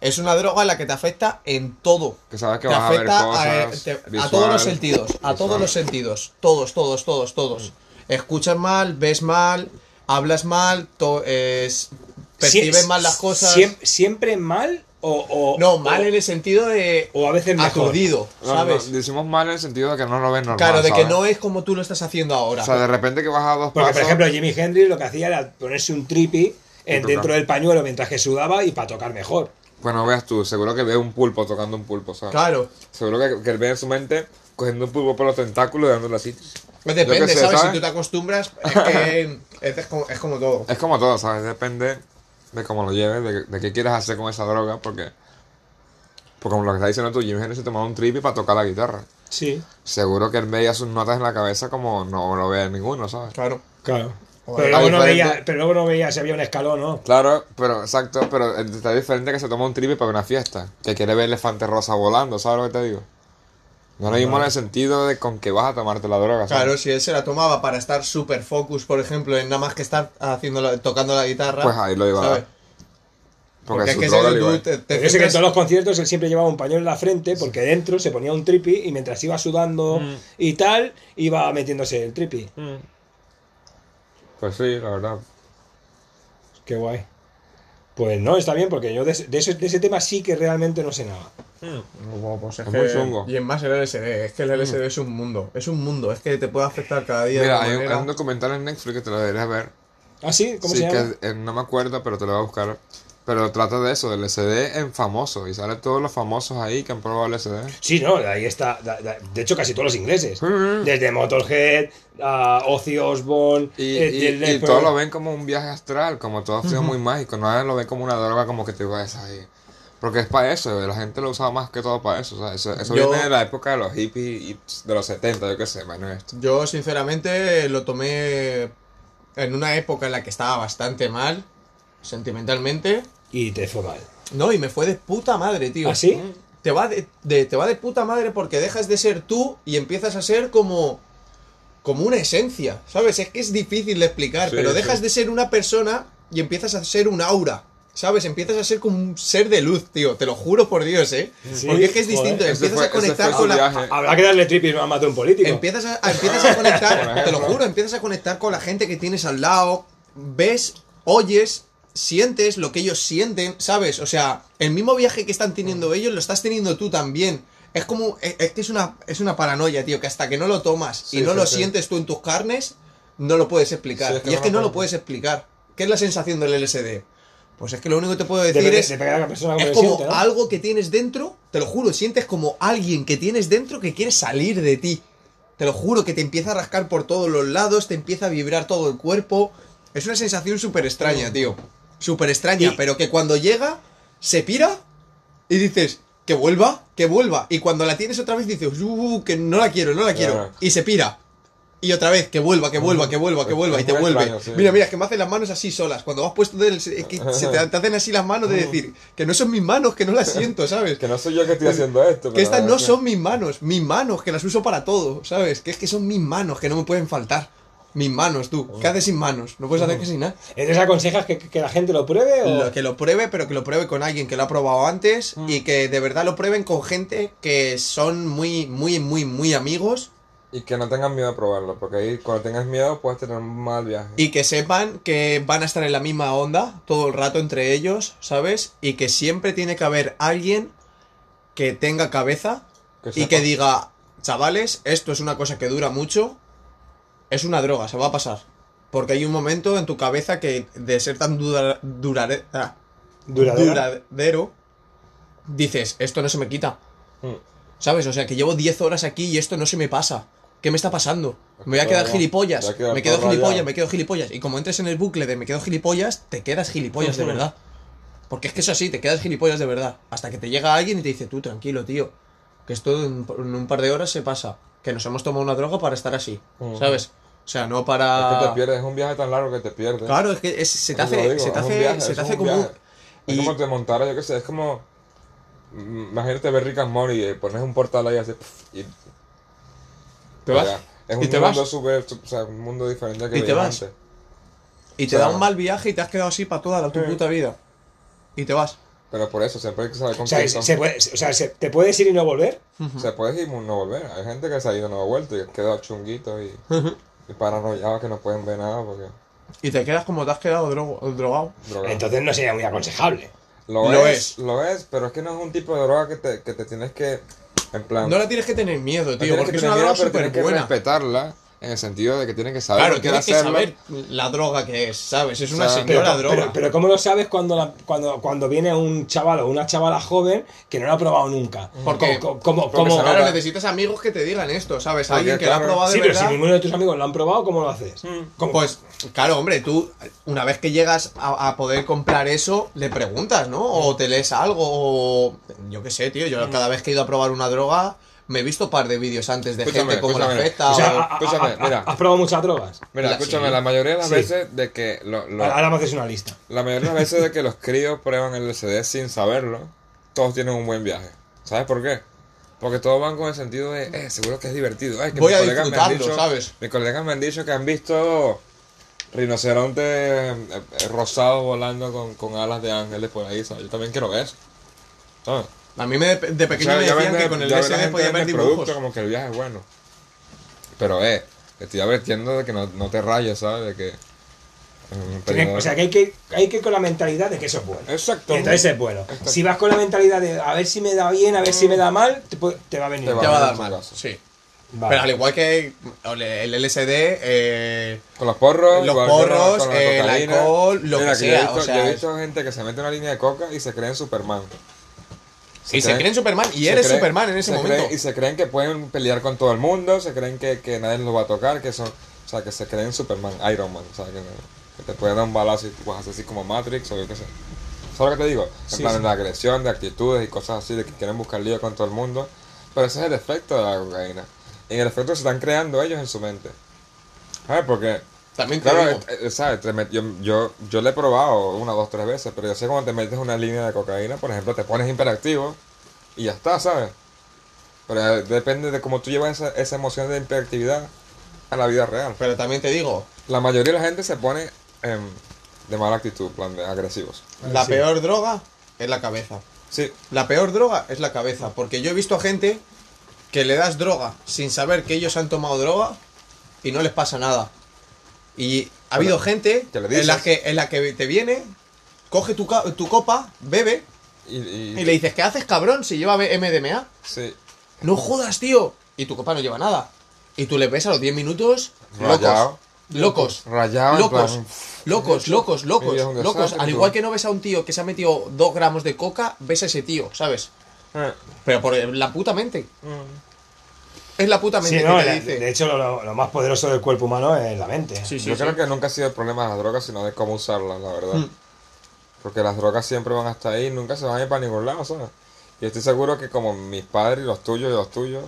S3: Es una droga en la que te afecta en todo.
S2: Que sabes que
S3: te
S2: vas a ver
S3: afecta a- eh,
S2: cosas.
S3: te- a,
S2: visual,
S3: todos los sentidos, a todos
S2: visual. Mm.
S3: los sentidos, todos, todos, todos, todos. Escuchas mal, ves mal, hablas mal, to- es- percibes
S1: Sie-
S3: mal las cosas.
S1: siem- ¿Siempre mal o, o-
S3: no,
S1: o-
S3: mal en el sentido de
S1: o a veces mejor.
S3: aturdido,
S2: No, no,
S3: ¿sabes?
S2: decimos mal en el sentido de que no lo ves normal.
S3: claro, de que
S2: ¿sabes?
S3: no es como tú lo estás haciendo ahora.
S2: O sea, de repente que vas a dos
S1: Porque,
S2: pasos.
S1: por ejemplo, Jimi Hendrix lo que hacía era ponerse un tripi en-
S2: tocar.
S1: dentro del pañuelo mientras que sudaba y para tocar mejor.
S2: Bueno, pues veas tú, seguro que ve un pulpo tocando un pulpo, ¿sabes?
S3: claro.
S2: Seguro que, que él ve en su mente cogiendo un pulpo por los tentáculos y dándole así.
S3: Pues
S2: Yo
S3: depende,
S2: qué sé,
S3: ¿sabes?
S2: ¿sabes?
S3: Si tú te acostumbras, es que (laughs) es, es como, es como todo.
S2: Es como todo, ¿sabes? Depende de cómo lo lleves, de, de qué quieras hacer con esa droga, porque. Porque como lo que está diciendo tú, Jimmy Hendrix se tomaba un trippy para tocar la guitarra.
S1: Sí,
S2: Seguro que él veía sus notas en la cabeza como no lo ve ninguno, ¿sabes?
S3: Claro.
S1: claro.
S3: Joder,
S1: Pero luego, no
S2: diferente.
S1: veía, pero luego no veía si había un escalón o no.
S2: Claro, pero exacto, pero está diferente que se toma un trippy para una fiesta, que quiere ver elefante rosa volando, ¿sabes lo que te digo? No lo mismo en el sentido de con que vas a tomarte la droga, ¿sabes?
S3: Claro, si él se la tomaba para estar super focus, por ejemplo, en nada más que estar haciendo la- tocando la guitarra.
S2: Pues ahí lo iba a
S3: ¿sabes?
S2: dar.
S3: Porque es
S2: su
S3: que
S2: droga
S3: ese
S2: le iba a-
S3: tú te, te
S1: Pero Yo sé que en
S3: centras-
S1: todos los conciertos él siempre llevaba un pañuelo en la frente porque dentro se ponía un tripi y mientras iba sudando y tal, iba metiéndose el tripi.
S2: Pues sí, la verdad.
S1: Qué guay. Pues no, está bien porque yo de, ese- de ese- de ese tema sí que realmente no sé nada.
S3: Mm.
S2: es muy chungo. Mm.
S3: Y en más el LSD, es que el LSD es un mundo, es un mundo, es que te puede afectar cada día
S2: Mira,
S3: de
S2: hay
S3: una
S2: un,
S3: manera.
S2: hay un documental en Netflix que te lo deberías ver.
S1: ¿Ah, sí? ¿Cómo
S2: sí,
S1: se llama?
S2: que eh, no me acuerdo, pero te lo voy a buscar. Pero trata de eso, del SD en famoso. Y salen todos los famosos ahí que han probado el SD.
S1: Sí, no, de ahí está. da- da- De hecho, casi todos los ingleses.
S2: Hmm. Mm.
S1: Desde Motorhead a Ozzy Osbourne.
S2: Y,
S1: eh,
S2: y-
S1: Def
S2: y
S1: Leppard.
S2: todos lo ven como un viaje astral, como todo ha sido muy mágico. Nadie lo ve como una droga como que te vas ahí. Porque es para eso, la gente lo usaba más que todo para eso. o sea, eso eso
S3: Yo-
S2: viene de la época de los hippies y de los 70, yo qué sé, mano, esto.
S3: Yo, sinceramente, lo tomé en una época en la que estaba bastante mal, sentimentalmente.
S5: Y te fue mal.
S3: No, y me fue de puta madre, tío. Mm.
S5: ¿Ah, sí?
S3: Te va de, de- te va de puta madre porque dejas de ser tú y empiezas a ser como. como una esencia, ¿sabes? Es que es difícil de explicar,
S2: Sí,
S3: pero
S2: sí.
S3: dejas de ser una persona y empiezas a ser un aura. ¿Sabes? Empiezas a ser como un ser de luz, tío. Te lo juro por Dios, ¿eh?
S5: Sí,
S3: Porque es que es
S5: joder.
S3: distinto.
S2: Ese
S3: Empiezas
S2: fue-
S3: a
S2: ese fue
S3: conectar
S2: su
S3: con la,
S2: viaje.
S5: Habrá que darle trip y no matar a un político.
S3: Empiezas a, a- empiezas
S2: (laughs)
S3: a conectar, te lo
S2: ejemplo.
S3: juro, empiezas a conectar con la gente que tienes al lado, ves, oyes, sientes lo que ellos sienten, ¿sabes? O sea, el mismo viaje que están
S2: Mm.
S3: teniendo ellos lo estás teniendo tú también. Es como, e, es, es que es una, es una paranoia, tío, que hasta que no lo tomas y
S2: Sí,
S3: no
S2: sí,
S3: lo
S2: sí.
S3: sientes tú en tus carnes, no lo puedes explicar.
S2: Sí, es que
S3: y es
S2: no
S3: que
S2: lo
S3: no lo
S2: puedes.
S3: puedes explicar. ¿Qué es la sensación del LSD? Pues es que lo único que te puedo decir
S5: Depende-
S3: es...
S5: depende de la persona como
S3: Es
S5: lo
S3: como
S5: siente, ¿no?
S3: algo que tienes dentro, te lo juro, sientes como alguien que tienes dentro que quiere salir de ti. Te lo juro, que te empieza a rascar por todos los lados, te empieza a vibrar todo el cuerpo. Es una sensación súper extraña, tío. Súper extraña,
S5: Y-
S3: pero que cuando llega, se pira y dices, que vuelva, que vuelva. Y cuando la tienes otra vez dices, "Uh, que no la quiero, no la quiero.
S5: Ah.
S2: Claro.
S3: Y se pira. Y otra vez, que vuelva, que vuelva, que vuelva, que
S2: Es-
S3: vuelva,
S2: es
S3: y te
S2: muy
S3: vuelve.
S2: extraño, sí.
S3: Mira, mira, es que me hacen las manos así solas. Cuando vas puesto del. Es que se te, te hacen así las manos de decir que no son mis manos, que no las siento, ¿sabes?
S2: Que no soy yo que
S3: (laughs)
S2: estoy haciendo esto.
S3: Que
S2: pero
S3: estas
S2: la
S3: no
S2: verdad
S3: son mis manos, mis manos, que las uso para todo, ¿sabes? Que es que son mis manos, que no me pueden faltar. Mis manos, tú. ¿Qué haces sin manos? No puedes hacer que sin nada.
S5: ¿Entonces aconsejas que, que la gente lo pruebe o...?
S3: Lo- que lo pruebe, pero que lo pruebe con alguien que lo ha probado antes y que de verdad lo prueben con gente que son muy, muy, muy, muy amigos
S2: Y que no tengas miedo a probarlo, porque ahí cuando tengas miedo puedes tener un mal viaje.
S3: Y que sepan que van a estar en la misma onda todo el rato entre ellos, ¿sabes? Y que siempre tiene que haber alguien que tenga cabeza
S2: Que
S3: y
S2: sepa.
S3: que diga, chavales, esto es una cosa que dura mucho, es una droga, se va a pasar. Porque hay un momento en tu cabeza que de ser tan dura- durare- ah,
S5: ¿Duradera?
S3: duradero, dices, esto no se me quita.
S2: Mm.
S3: ¿Sabes? O sea, que llevo 10 horas aquí y esto no se me pasa. ¿Qué me está pasando? Me voy a quedar
S2: Rayado. Te
S3: gilipollas.
S2: va a quedar
S3: me quedo
S2: todo
S3: gilipollas,
S2: rayado.
S3: me quedo gilipollas. Y como entres en el bucle de me quedo gilipollas, te quedas gilipollas de verdad. Porque es que eso así, te quedas gilipollas de verdad. Hasta que te llega alguien y te dice, tú tranquilo, tío. Que esto en, en un par de horas se pasa. Que nos hemos tomado una droga para estar así.
S2: Ujú.
S3: ¿Sabes? O sea, no
S2: Es que te
S3: para...
S2: pierdes, es un viaje tan largo que te pierdes.
S3: Ah. claro, es que es- se te
S2: Yo lo
S3: hace,
S2: digo,
S3: se te
S2: es un
S3: hace,
S2: viaje,
S3: se
S2: es
S3: te hace
S2: un
S3: como... un-
S2: viaje. Es
S3: y-
S2: como te montara, yo qué sé, es como. mm, Imagínate ver Rick and Morty y pones un portal ahí así. pf, Y,
S3: Te vas.
S2: Ya, Es
S3: Y
S2: un
S3: te vas.
S2: mundo súper- o sea, un mundo diferente al que
S3: Y te
S2: veías
S3: vas.
S2: antes.
S3: Y te
S2: O sea-
S3: da un mal viaje y te has quedado así para toda la, tu puta vida. Y te vas.
S2: Pero por eso, siempre hay que saber con
S5: O sea,
S2: quién
S5: se,
S2: son.
S5: se puede- o sea se- ¿te puedes ir y no volver?
S2: O sea, puedes ir y no volver. Hay gente que se ha ido y no ha vuelto y queda chunguito y, y paranoiados que no pueden ver nada porque.
S3: Y te quedas como te has quedado drogo- drogado.
S2: drogados.
S5: Entonces no sería muy aconsejable.
S2: Lo,
S3: Lo
S2: es,
S3: es.
S2: Lo es, pero es que no es un tipo de droga que te, que te tienes que. En plan.
S3: No la tienes que tener miedo,
S2: Ah. no
S3: tío,
S2: tienes
S3: porque
S2: que
S3: es una
S2: tener
S3: droga
S2: miedo, pero
S3: súper
S2: tienes que
S3: buena.
S2: respetarla en el sentido de que tienes que saber
S3: Claro,
S2: por qué
S3: tienes que
S2: hacerlo.
S3: saber la droga que es, ¿sabes? Es
S2: O
S3: una
S2: sea,
S5: Pero,
S3: señora droga.
S5: pero, pero ¿cómo lo sabes cuando, la- cuando, cuando viene un chaval o una chavala joven que no lo ha probado nunca?
S3: Porque-
S5: Co- co- como,
S2: porque
S5: como-
S2: se
S3: Claro,
S2: droga.
S3: necesitas amigos que te digan esto, ¿sabes?
S2: Porque,
S3: Alguien que lo ha
S2: claro,
S3: probado de
S5: Sí, pero
S3: verdad.
S5: si ninguno de tus amigos lo han probado, ¿cómo lo haces? ¿Cómo-
S3: Pues, claro, hombre, tú, una vez que llegas a, a poder comprar eso, le preguntas, ¿no? O te lees algo, o... Yo qué sé, tío,
S5: Mm.
S3: yo cada vez que he ido a probar una droga, me he visto un par de vídeos antes de
S2: Escúchame,
S3: gente cómo la
S2: escúchame.
S3: afecta,
S5: o sea,
S3: o-
S5: ha- ha-
S2: escúchame,
S5: ha- ha-
S2: mira.
S5: ¿has probado muchas drogas?
S2: Mira,
S3: La-
S2: escúchame,
S3: sí.
S2: la mayoría de las
S5: Sí.
S2: veces de que. Lo, lo-
S5: Ahora me haces una lista.
S2: la mayoría de las veces de que los críos prueban el LSD sin saberlo, todos tienen un buen viaje. ¿Sabes por qué? Porque todos van con el sentido de, eh, seguro que es divertido. Ay, que
S3: Voy
S2: mis
S3: a
S2: colegas me han
S3: disfrutarlo,
S2: dicho-
S3: ¿sabes?
S2: Mis colegas me han dicho que han visto rinocerontes eh, eh, rosados volando con, con alas de ángeles por ahí, ¿sabes? Yo también quiero ver eso. ¿Sabes?
S3: A mí me, de- de pequeño me
S2: ya
S3: decían
S2: vende-
S3: que con el
S2: ya la
S3: SD
S2: gente
S3: podía
S2: vende
S3: ver
S2: producto,
S3: dibujos.
S2: como que el viaje es bueno. Pero, eh, te estoy advirtiendo de que no, no te rayes, ¿sabes? De que... eh,
S5: Tienes-
S2: pero-
S5: (laughs) o sea, que hay, que hay que ir con la mentalidad de que eso es bueno.
S2: Exacto.
S5: Y Entonces es bueno. Si vas con la mentalidad de a ver si me da bien, a ver si me da mal, te, pu- te va a venir.
S2: Te
S3: Te va a dar
S2: en
S3: mal,
S2: caso.
S3: sí.
S5: Vale.
S3: Pero al igual que el LSD, eh,
S2: Con los porros,
S3: Los
S2: igual que con-
S3: porros,
S2: con la
S3: eh, el
S2: cocaína.
S3: alcohol, lo que
S2: yo he
S3: sea,
S2: visto-
S3: o sea,
S2: yo he
S3: es-
S2: visto gente que se mete una línea de coca y se creen Superman.
S3: y se
S2: creen-
S3: creen Superman, y
S2: se
S3: eres
S2: creen-
S3: Superman en ese
S2: se
S3: momento.
S2: creen- y se creen que pueden pelear con todo el mundo, se creen que, que nadie los va a tocar, que son. O sea, que se creen Superman, Iron Man, o sea, que, que te puede dar un balazo y tú vas a hacer así como Matrix o yo qué sé. ¿Sabes lo que te digo? En
S1: Sí,
S2: plan,
S1: sí.
S2: de agresión, de actitudes y cosas así, de que quieren buscar lío con todo el mundo. Pero ese es el efecto de la cocaína. Y en el efecto se están creando ellos en su mente. ¿Sabes? Porque.
S3: También te
S2: Claro,
S3: digo,
S2: eh, eh, ¿sabes? Te met- Yo, yo, yo le he probado una, dos, tres veces, pero yo sé cuando te metes una línea de cocaína, por ejemplo, te pones imperactivo y ya está, ¿sabes? Pero eh, depende de cómo tú llevas esa, esa emoción de imperactividad a la vida real.
S3: pero también te digo,
S2: La mayoría de la gente se pone em, de mala actitud, en plan de agresivos.
S3: la peor droga es la cabeza.
S2: Sí,
S3: La peor droga es la cabeza, porque yo he visto a gente que le das droga sin saber que ellos han tomado droga y no les pasa nada. Y ha habido gente
S2: te lo dices.
S3: en la, que, en la que te viene, coge tu, ca- tu copa, bebe
S2: y, y-
S3: y le dices, ¿qué haces cabrón si lleva B- MDMA?
S2: sí,
S3: No jodas, tío. Y tu copa no lleva nada. Y tú le ves a los 10 minutos,
S2: Rayado.
S3: locos. Locos.
S2: Rayado, en
S3: locos,
S2: plan,
S3: locos, locos,
S2: mi
S3: locos,
S2: vida es un
S3: locos.
S2: desastre,
S3: Al
S2: tú.
S3: igual que no ves a un tío que se ha metido 2 gramos de coca, ves a ese tío, ¿sabes?
S2: Eh,
S3: Pero por la puta mente. Es la puta mente
S1: Mm. Sí, no,
S3: que te
S1: la-
S3: dice.
S1: de hecho, lo- lo, lo más poderoso del cuerpo humano es la mente.
S3: Sí, sí,
S2: yo
S3: sí.
S2: creo que nunca ha sido el problema de las drogas, sino de cómo usarlas, la verdad.
S3: Mm.
S2: Porque las drogas siempre van hasta ahí, nunca se van a ir para ningún lado, ¿sabes? Y estoy seguro que como mis padres y los tuyos y los tuyos,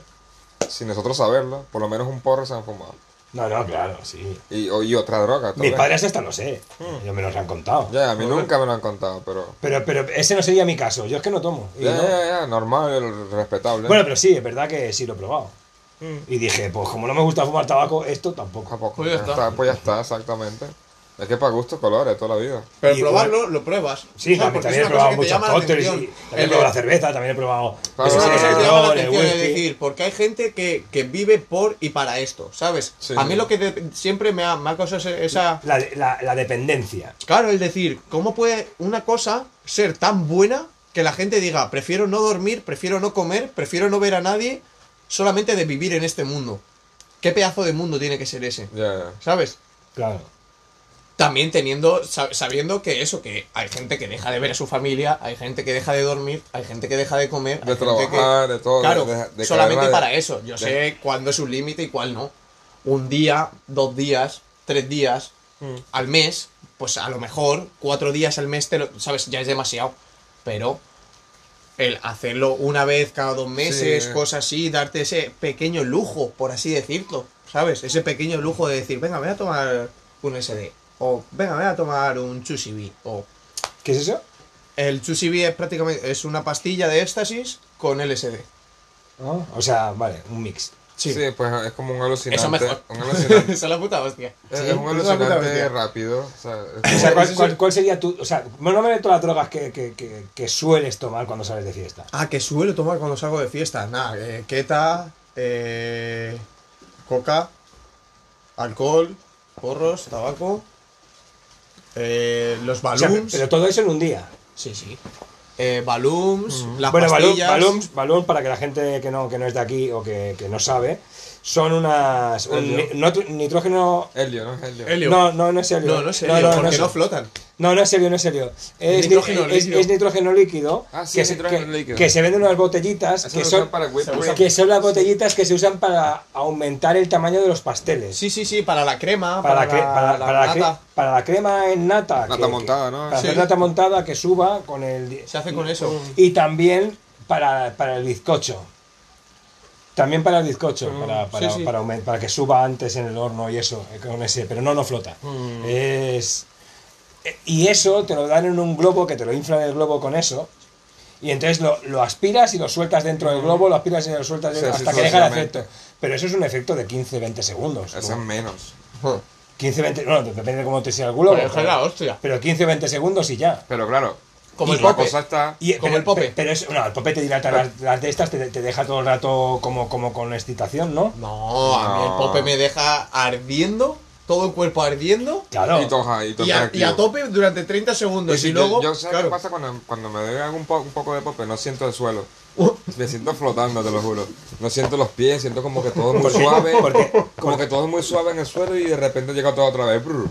S2: sin nosotros saberlo, por lo menos un porro se han fumado.
S1: No, no, claro, sí.
S2: Y, o- y otra droga. tal
S1: Mis
S2: vez.
S1: padres hasta no sé. Ellos me los han contado.
S2: Ya, a mí nunca me lo han contado, pero...
S1: Pero, pero ese no sería mi caso. Yo es que no tomo. y
S2: Ya,
S1: no.
S2: ya, ya, normal, respetable.
S1: Bueno, pero sí, es verdad que sí lo he probado. Y dije, pues como no me gusta fumar tabaco, esto tampoco.
S2: Poco a poco.
S3: Pues ya está.
S2: pues ya está, exactamente. Es que para gustos, colores, toda la vida.
S3: Pero
S1: Y
S3: probarlo, lo pruebas.
S1: Sí, también,
S3: ¿sabes? Porque es
S1: también he probado
S3: una cosa que
S1: muchos
S3: te llama la
S1: cócteles. y-
S3: atención.
S1: También he
S3: El-
S1: probado la cerveza, también he probado.
S2: Claro,
S1: ese
S3: Es una
S2: Sí,
S3: cosa Ah, que
S2: sí,
S3: te
S2: sí,
S3: llama la
S1: alcohol, el
S3: atención, es
S1: whisky.
S3: decir, porque hay gente que, que vive por y para esto, ¿sabes?
S2: Sí,
S3: a
S2: sí.
S3: mí lo que de- siempre me ha, me ha causado ese- esa...
S1: La, la- la dependencia.
S3: Claro, es decir, ¿cómo puede una cosa ser tan buena que la gente diga, prefiero no dormir, prefiero no comer, prefiero no ver a nadie, solamente de vivir en este mundo? ¿Qué pedazo de mundo tiene que ser ese?
S2: Ya, ya.
S3: ¿Sabes?
S1: Claro.
S3: También teniendo, sa- sabiendo que eso, que hay gente que deja de ver a su familia, hay gente que deja de dormir, hay gente que deja de comer,
S2: De
S3: hay gente
S2: trabajar, de todo,
S3: Claro,
S2: de- de- de
S3: solamente
S2: caerla de-
S3: para eso. Yo
S2: de-
S3: sé cuándo es un límite y cuál no. Un día, dos días, tres días al mes, pues a lo mejor cuatro días al mes, te lo, ¿sabes? Ya es demasiado. Pero el hacerlo una vez cada dos meses,
S2: Sí.
S3: cosas así, darte ese pequeño lujo, por así decirlo, ¿sabes? Ese pequeño lujo de decir, venga, voy a tomar un SD, o venga, voy a tomar un Chusibi, o...
S1: ¿Qué es eso?
S3: El Chusibi es prácticamente, es una pastilla de éxtasis con LSD.
S1: Ah, O sea, vale, un mix.
S2: Sí.
S3: (laughs)
S2: pues es como un alucinante.
S3: Eso mejor.
S2: Un alucinante.
S3: Eso es la puta hostia.
S2: es,
S3: Sí,
S2: es un
S3: eso la puta
S2: alucinante
S3: hostia.
S2: rápido. O sea, es
S1: O
S2: como-
S1: sea, ¿cuál, cuál- cuál sería tu. O sea, nómame de todas las drogas que, que- que- que sueles tomar cuando sales de fiesta.
S3: Ah, que suelo tomar cuando salgo de fiesta. Nada, eh, keta, eh, coca, alcohol, porros, tabaco, eh, los
S1: O sea,
S3: balloons.
S1: pero todo eso en un día.
S3: Sí, sí. Eh, balloons, las
S1: bueno, balloon,
S3: pastillas.
S1: balloon, balloon, para que la gente que no, que no es de aquí o que, que no sabe, son unas. un
S2: Helio.
S1: ni- notro- nitrógeno.
S2: Helio, ¿no? Es helio.
S3: Helio.
S1: No, no, no es helio.
S3: No, no es helio, porque
S1: es-
S3: no flotan.
S1: No, no es helio, no es helio. Es
S3: Nitrógeno
S1: ni- es-
S3: líquido.
S1: es nitrógeno líquido.
S2: Ah, sí,
S1: que
S2: es
S1: se-
S2: nitrógeno
S1: que-
S2: líquido.
S1: Que se venden unas botellitas
S2: Eso
S1: que
S2: lo
S1: son,
S2: usan para whip,
S3: se usa-
S1: que son las botellitas que se usan para aumentar el tamaño de los pasteles.
S3: Sí, sí, sí, para la crema,
S1: Para, la, cre- para- para la cre-
S3: nata.
S1: para la crema en nata.
S2: Nata montada, ¿no?
S1: Para hacer
S3: Sí.
S1: nata montada que suba con el. di-
S3: Se hace con eso.
S1: Y también para, para el bizcocho. También para el bizcocho,
S2: Mm,
S1: para, para,
S3: sí, sí.
S1: Para, aumen- para que suba antes en el horno y eso, eh, con ese, pero no, no flota.
S2: Mm.
S1: Es, eh, y eso te lo dan en un globo, que te lo inflan el globo con eso, y entonces lo, lo aspiras y lo sueltas dentro del globo, lo aspiras y lo sueltas
S2: Mm. Sí,
S1: dentro-
S2: sí,
S1: hasta que deja el
S2: sucesivamente.
S1: efecto. Pero eso es un efecto de 15-20 segundos.
S2: Eso es menos.
S1: 15-20, bueno, depende de cómo te sea el globo.
S3: Pero es la hostia.
S1: pero 15-20 segundos y ya.
S2: Pero claro,
S3: Como el
S2: la
S3: pope.
S2: cosa está.
S1: Y-
S3: Como
S1: pero,
S3: el Pope.
S1: pe- Pero es, no, el Pope te dilata las, las de estas, te, te deja todo el rato como, como con excitación, ¿no?
S3: No, a mí el
S2: No.
S3: pope me deja ardiendo, todo el cuerpo ardiendo.
S1: Claro.
S2: Y toja, y toja
S3: Y a, y
S2: activo.
S3: a tope durante 30
S2: Y
S3: segundos.
S2: si
S3: Y, luego.
S2: yo, yo sé
S3: claro.
S2: qué pasa cuando, cuando me doy algún po- un poco de pope, no siento el suelo.
S3: Uh,
S2: Me siento flotando, te lo juro. No siento los pies, siento como que todo es muy
S1: ¿Por qué?
S2: suave.
S1: ¿Por qué?
S2: Como que todo es muy suave en el suelo y de repente llega todo otra vez. brr,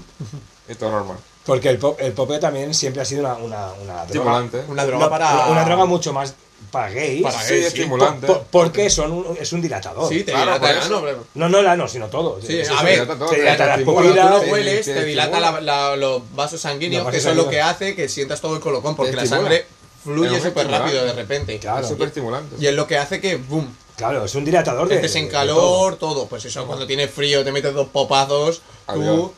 S2: Y todo normal.
S1: Porque el, po- el Pope también siempre ha sido una, una, una droga.
S2: Estimulante.
S3: una
S1: No,
S3: droga para.
S1: una droga mucho más para gays.
S3: Para
S2: Sí,
S3: gays, sí.
S2: estimulante.
S1: po- porque son un- es un dilatador.
S3: Sí, te
S2: Claro,
S3: dilata
S2: por
S3: el ano,
S2: eso.
S3: hombre.
S1: No, no el ano, sino todo.
S3: Sí,
S1: Es-
S3: a
S1: es-
S3: ver,
S1: te dilata las
S3: Cuando tú
S1: pupilas.
S3: lo
S1: Sí,
S3: hueles, te dilata la-
S2: estimula.
S3: la- los vasos sanguíneos,
S1: Los
S3: que
S1: vasos
S3: eso es lo que
S1: sanguíneos.
S3: hace que sientas todo el colocón, porque
S2: Te
S3: la
S2: estimula.
S3: sangre
S2: Es
S3: fluye
S2: un
S3: súper rápido de
S2: estimulante.
S3: repente.
S1: Claro.
S2: Es súper estimulante.
S3: Y es lo que hace que, boom,
S1: Claro, es un dilatador. de-
S3: estés en
S1: de- de todo.
S3: calor, todo. Pues eso, cuando tienes frío, te metes dos popazos,
S2: Avión.
S3: tú.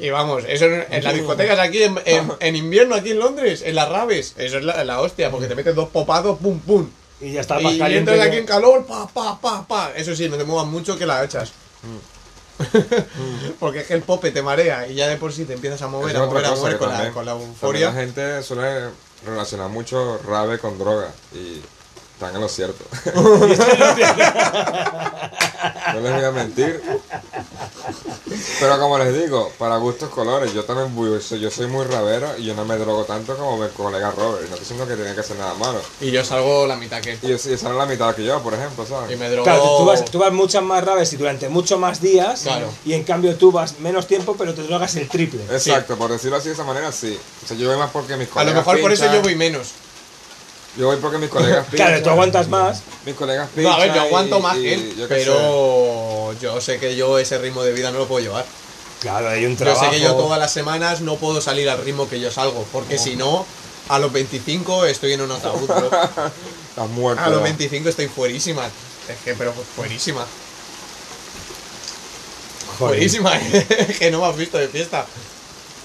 S3: Y vamos, eso en, en las discotecas aquí, en, en- en invierno aquí en Londres, en las raves, eso es la, la hostia, porque te metes dos popazos, pum, pum.
S1: Y ya está más
S3: Y
S1: caliente
S3: entras
S1: que-
S3: aquí en calor, pa, pa, pa, pa. Eso sí, no te muevas mucho que la echas. (laughs) Porque es que el pope te marea y ya de por sí te empiezas a mover,
S2: Esa
S3: a
S2: es otra
S3: mover, a
S2: cosa
S3: mover
S2: que
S3: con la,
S2: también-
S3: con la
S2: también
S3: euforia.
S2: La gente suele relacionar mucho rave con droga y están en lo cierto. (laughs) no les voy a mentir. Pero como les digo, para gustos colores, yo también voy- soy, yo soy muy ravero y yo no me drogo tanto como mi colega Robert. No estoy diciendo que tenga que ser nada malo.
S3: Y yo salgo la mitad que.
S2: Y esa es la mitad que yo, por ejemplo, ¿sabes?
S3: Y me drogo.
S1: Claro, tú- tú vas, tú vas muchas más raves y durante muchos más días.
S3: Claro.
S1: Y en cambio tú vas menos tiempo, pero te drogas el triple.
S2: Exacto, por decirlo así de esa manera, sí. O sea, yo voy más porque mis
S3: a
S2: colegas
S3: lo mejor por eso
S2: pinchan,
S3: yo voy menos.
S2: Yo voy porque mis
S3: (laughs)
S2: colegas
S1: Claro, tú
S2: pinchan.
S1: aguantas más.
S2: Mis colegas
S3: No, a ver, yo
S2: pinchan
S3: aguanto
S2: y-
S3: más
S2: y
S3: que él,
S2: yo qué sé.
S3: pero yo sé que yo ese ritmo de vida no lo puedo llevar.
S1: Claro, hay un
S3: Yo
S1: trabajo.
S3: sé que yo todas las semanas no puedo salir al ritmo que yo salgo, porque si no, a los 25 estoy en un ataúd, bro.
S2: Estás muerto.
S3: A Ah, los
S2: ya.
S3: 25 estoy fuerísima. Es que, pero fuerísima.
S1: Joder.
S3: Fuerísima, (laughs) eh, que no me has visto de fiesta.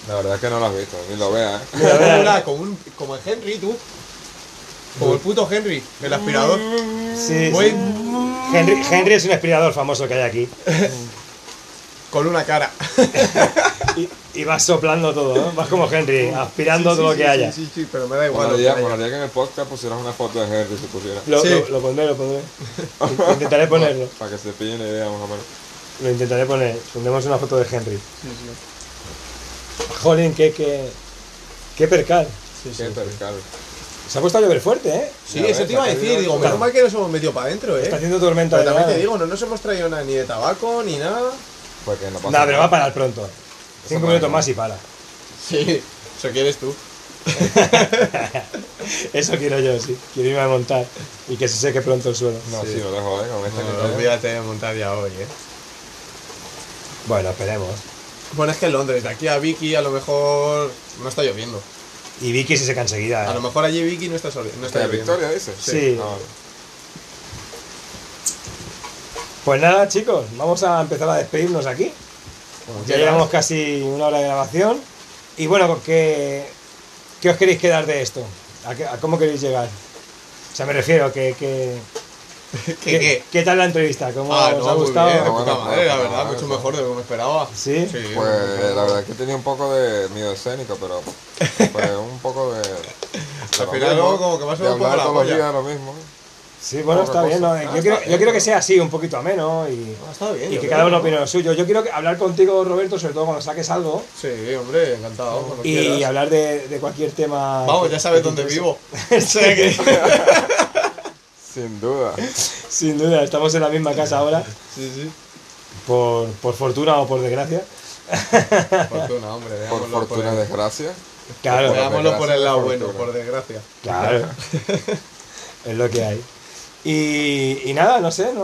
S2: La verdad es que no lo has visto, ni lo veas, ¿eh?
S3: Mira, como, un, como el Henry, tú. Como el puto Henry, el aspirador.
S1: Sí,
S3: Voy
S1: sí. Henry, Henry es un inspirador famoso que hay aquí.
S3: con una cara.
S1: Y, y vas soplando todo, ¿no? Vas como Henry, aspirando
S3: Sí,
S1: todo lo
S3: sí,
S1: que
S3: sí,
S1: haya.
S3: Sí, sí, sí, pero me da igual. lo que
S2: Molaría,
S3: haya.
S2: molaría que en el podcast pusieras una foto de Henry si pusiera.
S1: Lo,
S3: Sí.
S1: lo- lo pondré, lo
S3: (laughs)
S1: pondré. Intentaré ponerlo.
S2: Para que se pillen la idea, más o menos.
S1: Lo intentaré poner. Pondremos una foto de Henry. Jolín, qué, qué, qué percal.
S2: Qué percal.
S1: Se ha puesto a llover fuerte, ¿eh?
S3: Sí,
S2: Ya
S3: eso
S2: ves,
S3: te iba a
S2: acá
S3: decir.
S2: hay
S3: Digo,
S2: otra.
S3: menos mal que nos hemos metido para adentro,
S1: Está
S3: eh.
S1: haciendo tormenta
S3: Pero
S1: de
S3: también te
S1: nada.
S3: digo, no nos hemos traído nada ni de tabaco ni nada.
S2: Porque no pasa
S1: Nada, pero va a
S2: nada.
S1: parar pronto. Cinco
S2: para
S1: minutos
S2: nada.
S1: más y para.
S3: Sí, eso quieres tú.
S1: Eso quiero yo, sí. Quiero irme a montar y que se seque pronto el suelo.
S2: No, sí, no te jodas con este esta que te-
S3: olvídate de montar ya hoy, eh.
S1: Bueno, esperemos.
S3: Bueno, es que en Londres, de aquí a Vicky a lo mejor no está lloviendo.
S1: Y Vicky se seca enseguida.
S3: A
S1: ¿eh?
S3: lo mejor allí Vicky no está, soli- no
S2: ¿Esta
S3: está
S2: de
S3: lloviendo.
S2: Victoria, dices?
S1: Sí.
S2: Ah, vale.
S1: Pues nada, chicos, vamos a empezar a despedirnos aquí. Ya llevamos casi una hora de grabación. Y bueno, ¿qué, qué os queréis quedar de esto? ¿A, qué- a cómo queréis llegar? O sea, me refiero, que, que-
S3: ¿Qué,
S1: que-
S3: qué?
S1: ¿qué tal la entrevista? ¿Cómo
S3: Ah,
S1: os
S3: no,
S1: ha
S3: muy
S1: gustado?
S3: bien, de
S2: Ah,
S3: puta
S2: bueno,
S3: madre, la
S2: bueno,
S3: verdad,
S2: bueno,
S3: mucho
S2: bueno.
S3: mejor de lo que me esperaba.
S1: ¿Sí?
S2: Pues la verdad es que tenía un poco de miedo escénico, pero
S3: (laughs)
S2: fue un poco de...
S3: Al final luego como que me ha
S2: de
S3: subido un poco
S2: hablar
S3: la
S2: todos los
S3: polla.
S2: días lo mismo.
S1: Sí, bueno, está
S2: Poca
S1: bien. ¿no?
S2: cosa.
S1: Yo,
S2: Ah,
S1: quiero,
S2: está
S1: yo quiero que
S2: bien.
S1: sea así, un poquito ameno y,
S3: Ah, está bien.
S1: y
S3: yo
S1: que
S3: creo,
S1: cada uno
S3: ¿no?
S1: opine lo suyo. Yo quiero que- hablar contigo, Roberto, sobre todo cuando saques algo
S3: Sí, hombre, encantado. cuando
S1: y
S3: quieras.
S1: hablar de, de cualquier tema.
S3: Vamos, ya sabes dónde vivo. O sea que-
S2: Sin duda.
S1: (laughs) Sin duda, estamos en la misma casa ahora,
S3: (laughs) Sí, sí.
S1: por, por fortuna o por desgracia.
S3: Fortuna, hombre.
S2: Por
S3: veámoslo
S2: fortuna
S3: el-
S2: y desgracia.
S1: Claro,
S2: Bueno.
S3: veámoslo por el lado
S2: Por
S3: bueno,
S2: fortuna.
S3: por desgracia. (laughs)
S1: claro. Es lo que hay. Y, y nada, no sé, ¿no?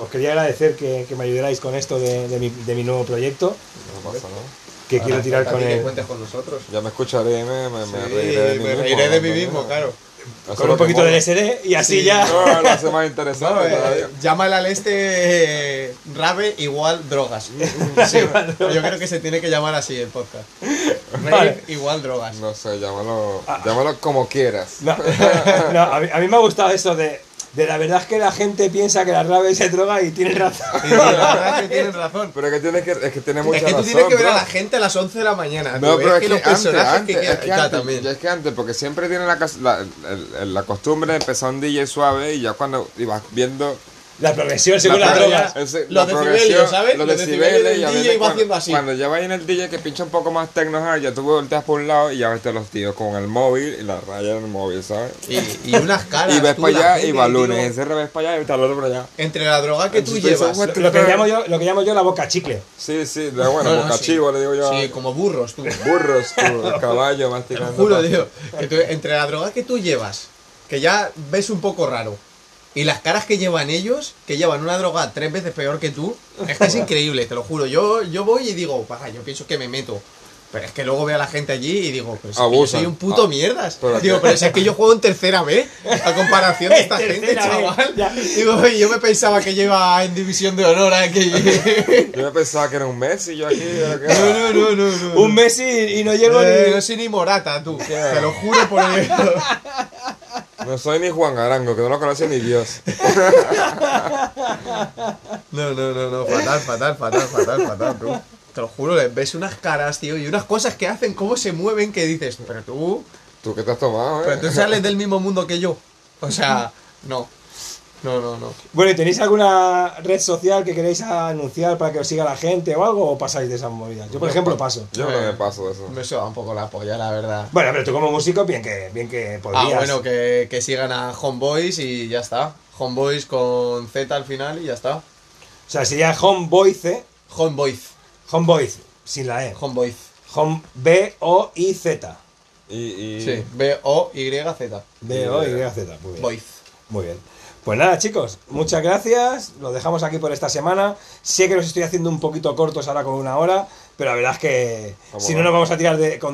S1: Os quería agradecer que, que me ayudarais con esto de, de mi, de mi nuevo proyecto,
S2: No pasa nada.
S1: que quiero
S2: Ah,
S1: tirar con
S3: También que
S1: el,
S3: cuentes con nosotros.
S2: Ya me escucharé y me, me, me
S3: Sí,
S2: reiré de mí
S3: me
S2: mismo.
S3: reiré de mí
S2: ¿no?
S3: mismo, claro.
S2: Eso es
S1: con
S2: lo
S1: un
S2: que
S1: poquito de
S2: mola.
S1: LSD y así
S3: Sí.
S1: ya.
S2: No, lo hace más
S3: (laughs)
S2: interesante todavía.
S3: Llámala Eh, al este eh, Rabe igual
S2: (laughs)
S3: drogas. Sí, yo creo que se tiene que llamar así el podcast. Rabe
S1: Vale.
S3: igual drogas.
S2: No sé, llámalo, llámalo como quieras.
S1: No, (laughs) no, a, mí, a mí me ha gustado eso de, de la verdad es que la gente piensa que la rabia se droga y tiene razón. (laughs)
S3: Sí, la verdad
S2: (laughs)
S3: es que tienen razón.
S2: Pero que tienes que, es que tiene mucha
S3: Es que tú
S2: razón,
S3: tienes que ver a
S2: bro.
S3: la gente a las 11 de la mañana.
S2: No,
S3: tú,
S2: pero es
S3: es
S2: que,
S3: los
S2: antes,
S3: personajes
S2: antes,
S3: que
S2: es que
S3: ya
S2: antes,
S3: también.
S2: ya es que antes, porque siempre tienen la, cas- la, el- el- la costumbre de empezar un DJ suave y ya cuando ibas viendo
S1: La progresión según
S2: la
S1: las
S2: pro-
S1: drogas.
S2: el se-
S3: Los
S2: la
S3: decibelios,
S2: progresión,
S3: ¿sabes?
S2: Los
S3: Los decibelios
S2: decibeles,
S3: del
S2: ya
S3: DJ
S2: viene
S3: va
S2: cuando,
S3: haciendo así.
S2: cuando ya vas en el DJ que pincha un poco más techno hard, ya tú volteas por un lado y ya ves a los tíos con el móvil y la raya del móvil, ¿sabes?
S3: Y, y unas
S2: (laughs)
S3: caras.
S2: Y ves
S3: tú,
S2: para
S3: la
S2: allá
S3: gente,
S2: y balones,
S3: tío,
S2: ese revés para allá y está el otro para allá.
S3: Entre la droga que tú
S2: Entonces,
S3: llevas.
S2: eso es
S1: Lo que llamo yo, lo que llamo yo la boca chicle.
S2: Sí, sí, de, bueno,
S3: No, no,
S2: boca
S3: sí.
S2: chivo le digo yo.
S3: Sí, como burros tú. (laughs)
S2: Burros, tú, caballo, masticando.
S3: Juro,
S2: pasto.
S3: tío, que tú- entre la droga que tú llevas, que ya ves un poco raro. Y las caras que llevan ellos, que llevan una droga tres veces peor que tú, es que es increíble, te lo juro. Yo, yo voy y digo, "Paja, yo pienso que me meto. Pero es que luego veo a la gente allí y digo, pero si es que yo
S2: Abusan.
S3: soy un puto
S2: Ah,
S3: mierdas.
S2: pero
S3: digo,
S2: que-
S3: pero si es que yo juego en tercera B, a comparación de esta gente,
S1: Tercera B,
S3: chaval.
S1: ya.
S3: Digo, "Oye, yo me pensaba que lleva en división de honor aquí.
S2: Yo me pensaba que era un Messi, yo aquí. Era que
S3: No, no, no, no, no.
S1: Un Messi y no llego
S3: Eh,
S1: ni.
S3: no soy ni Morata, tú. Te lo juro por el...
S2: No soy ni Juan Arango, que no lo conoce ni Dios.
S3: No, no, no, no, fatal, fatal, fatal, fatal, fatal, tú. Te lo juro, les ves unas caras, tío, y unas cosas que hacen, cómo se mueven, que dices, pero tú,
S2: ¿Tú qué te has tomado,
S3: pero
S2: eh?
S3: tú sales del mismo mundo que yo. O sea, no. No, no, no.
S1: Bueno, ¿y tenéis alguna red social que queréis anunciar para que os siga la gente o algo? ¿O pasáis de esas movidas? Yo, por ejemplo,
S3: pues-
S1: paso.
S2: Yo no me paso de eso.
S3: Me suena un poco la polla, la verdad.
S1: Bueno, pero tú como músico, bien que, bien que
S3: Ah,
S1: podrías.
S3: bueno, que, que sigan a Homeboys y ya está. Homeboys con Z al final y ya está.
S1: O sea, sería Homeboyce,
S3: Homeboys.
S1: Homeboyz, sin la E.
S3: Homeboys.
S1: Home, B-O-I-Z.
S2: Y, y...
S3: Sí, B-O-Y-Z.
S1: B-O-Y-Z. Muy bien.
S3: Boys.
S1: Muy bien. Pues nada, chicos, muchas gracias. Lo dejamos aquí por esta semana. Sé que los estoy haciendo un poquito cortos ahora con una hora, pero la verdad es que
S2: Cómo
S1: si
S2: no.
S1: no nos vamos a tirar de, con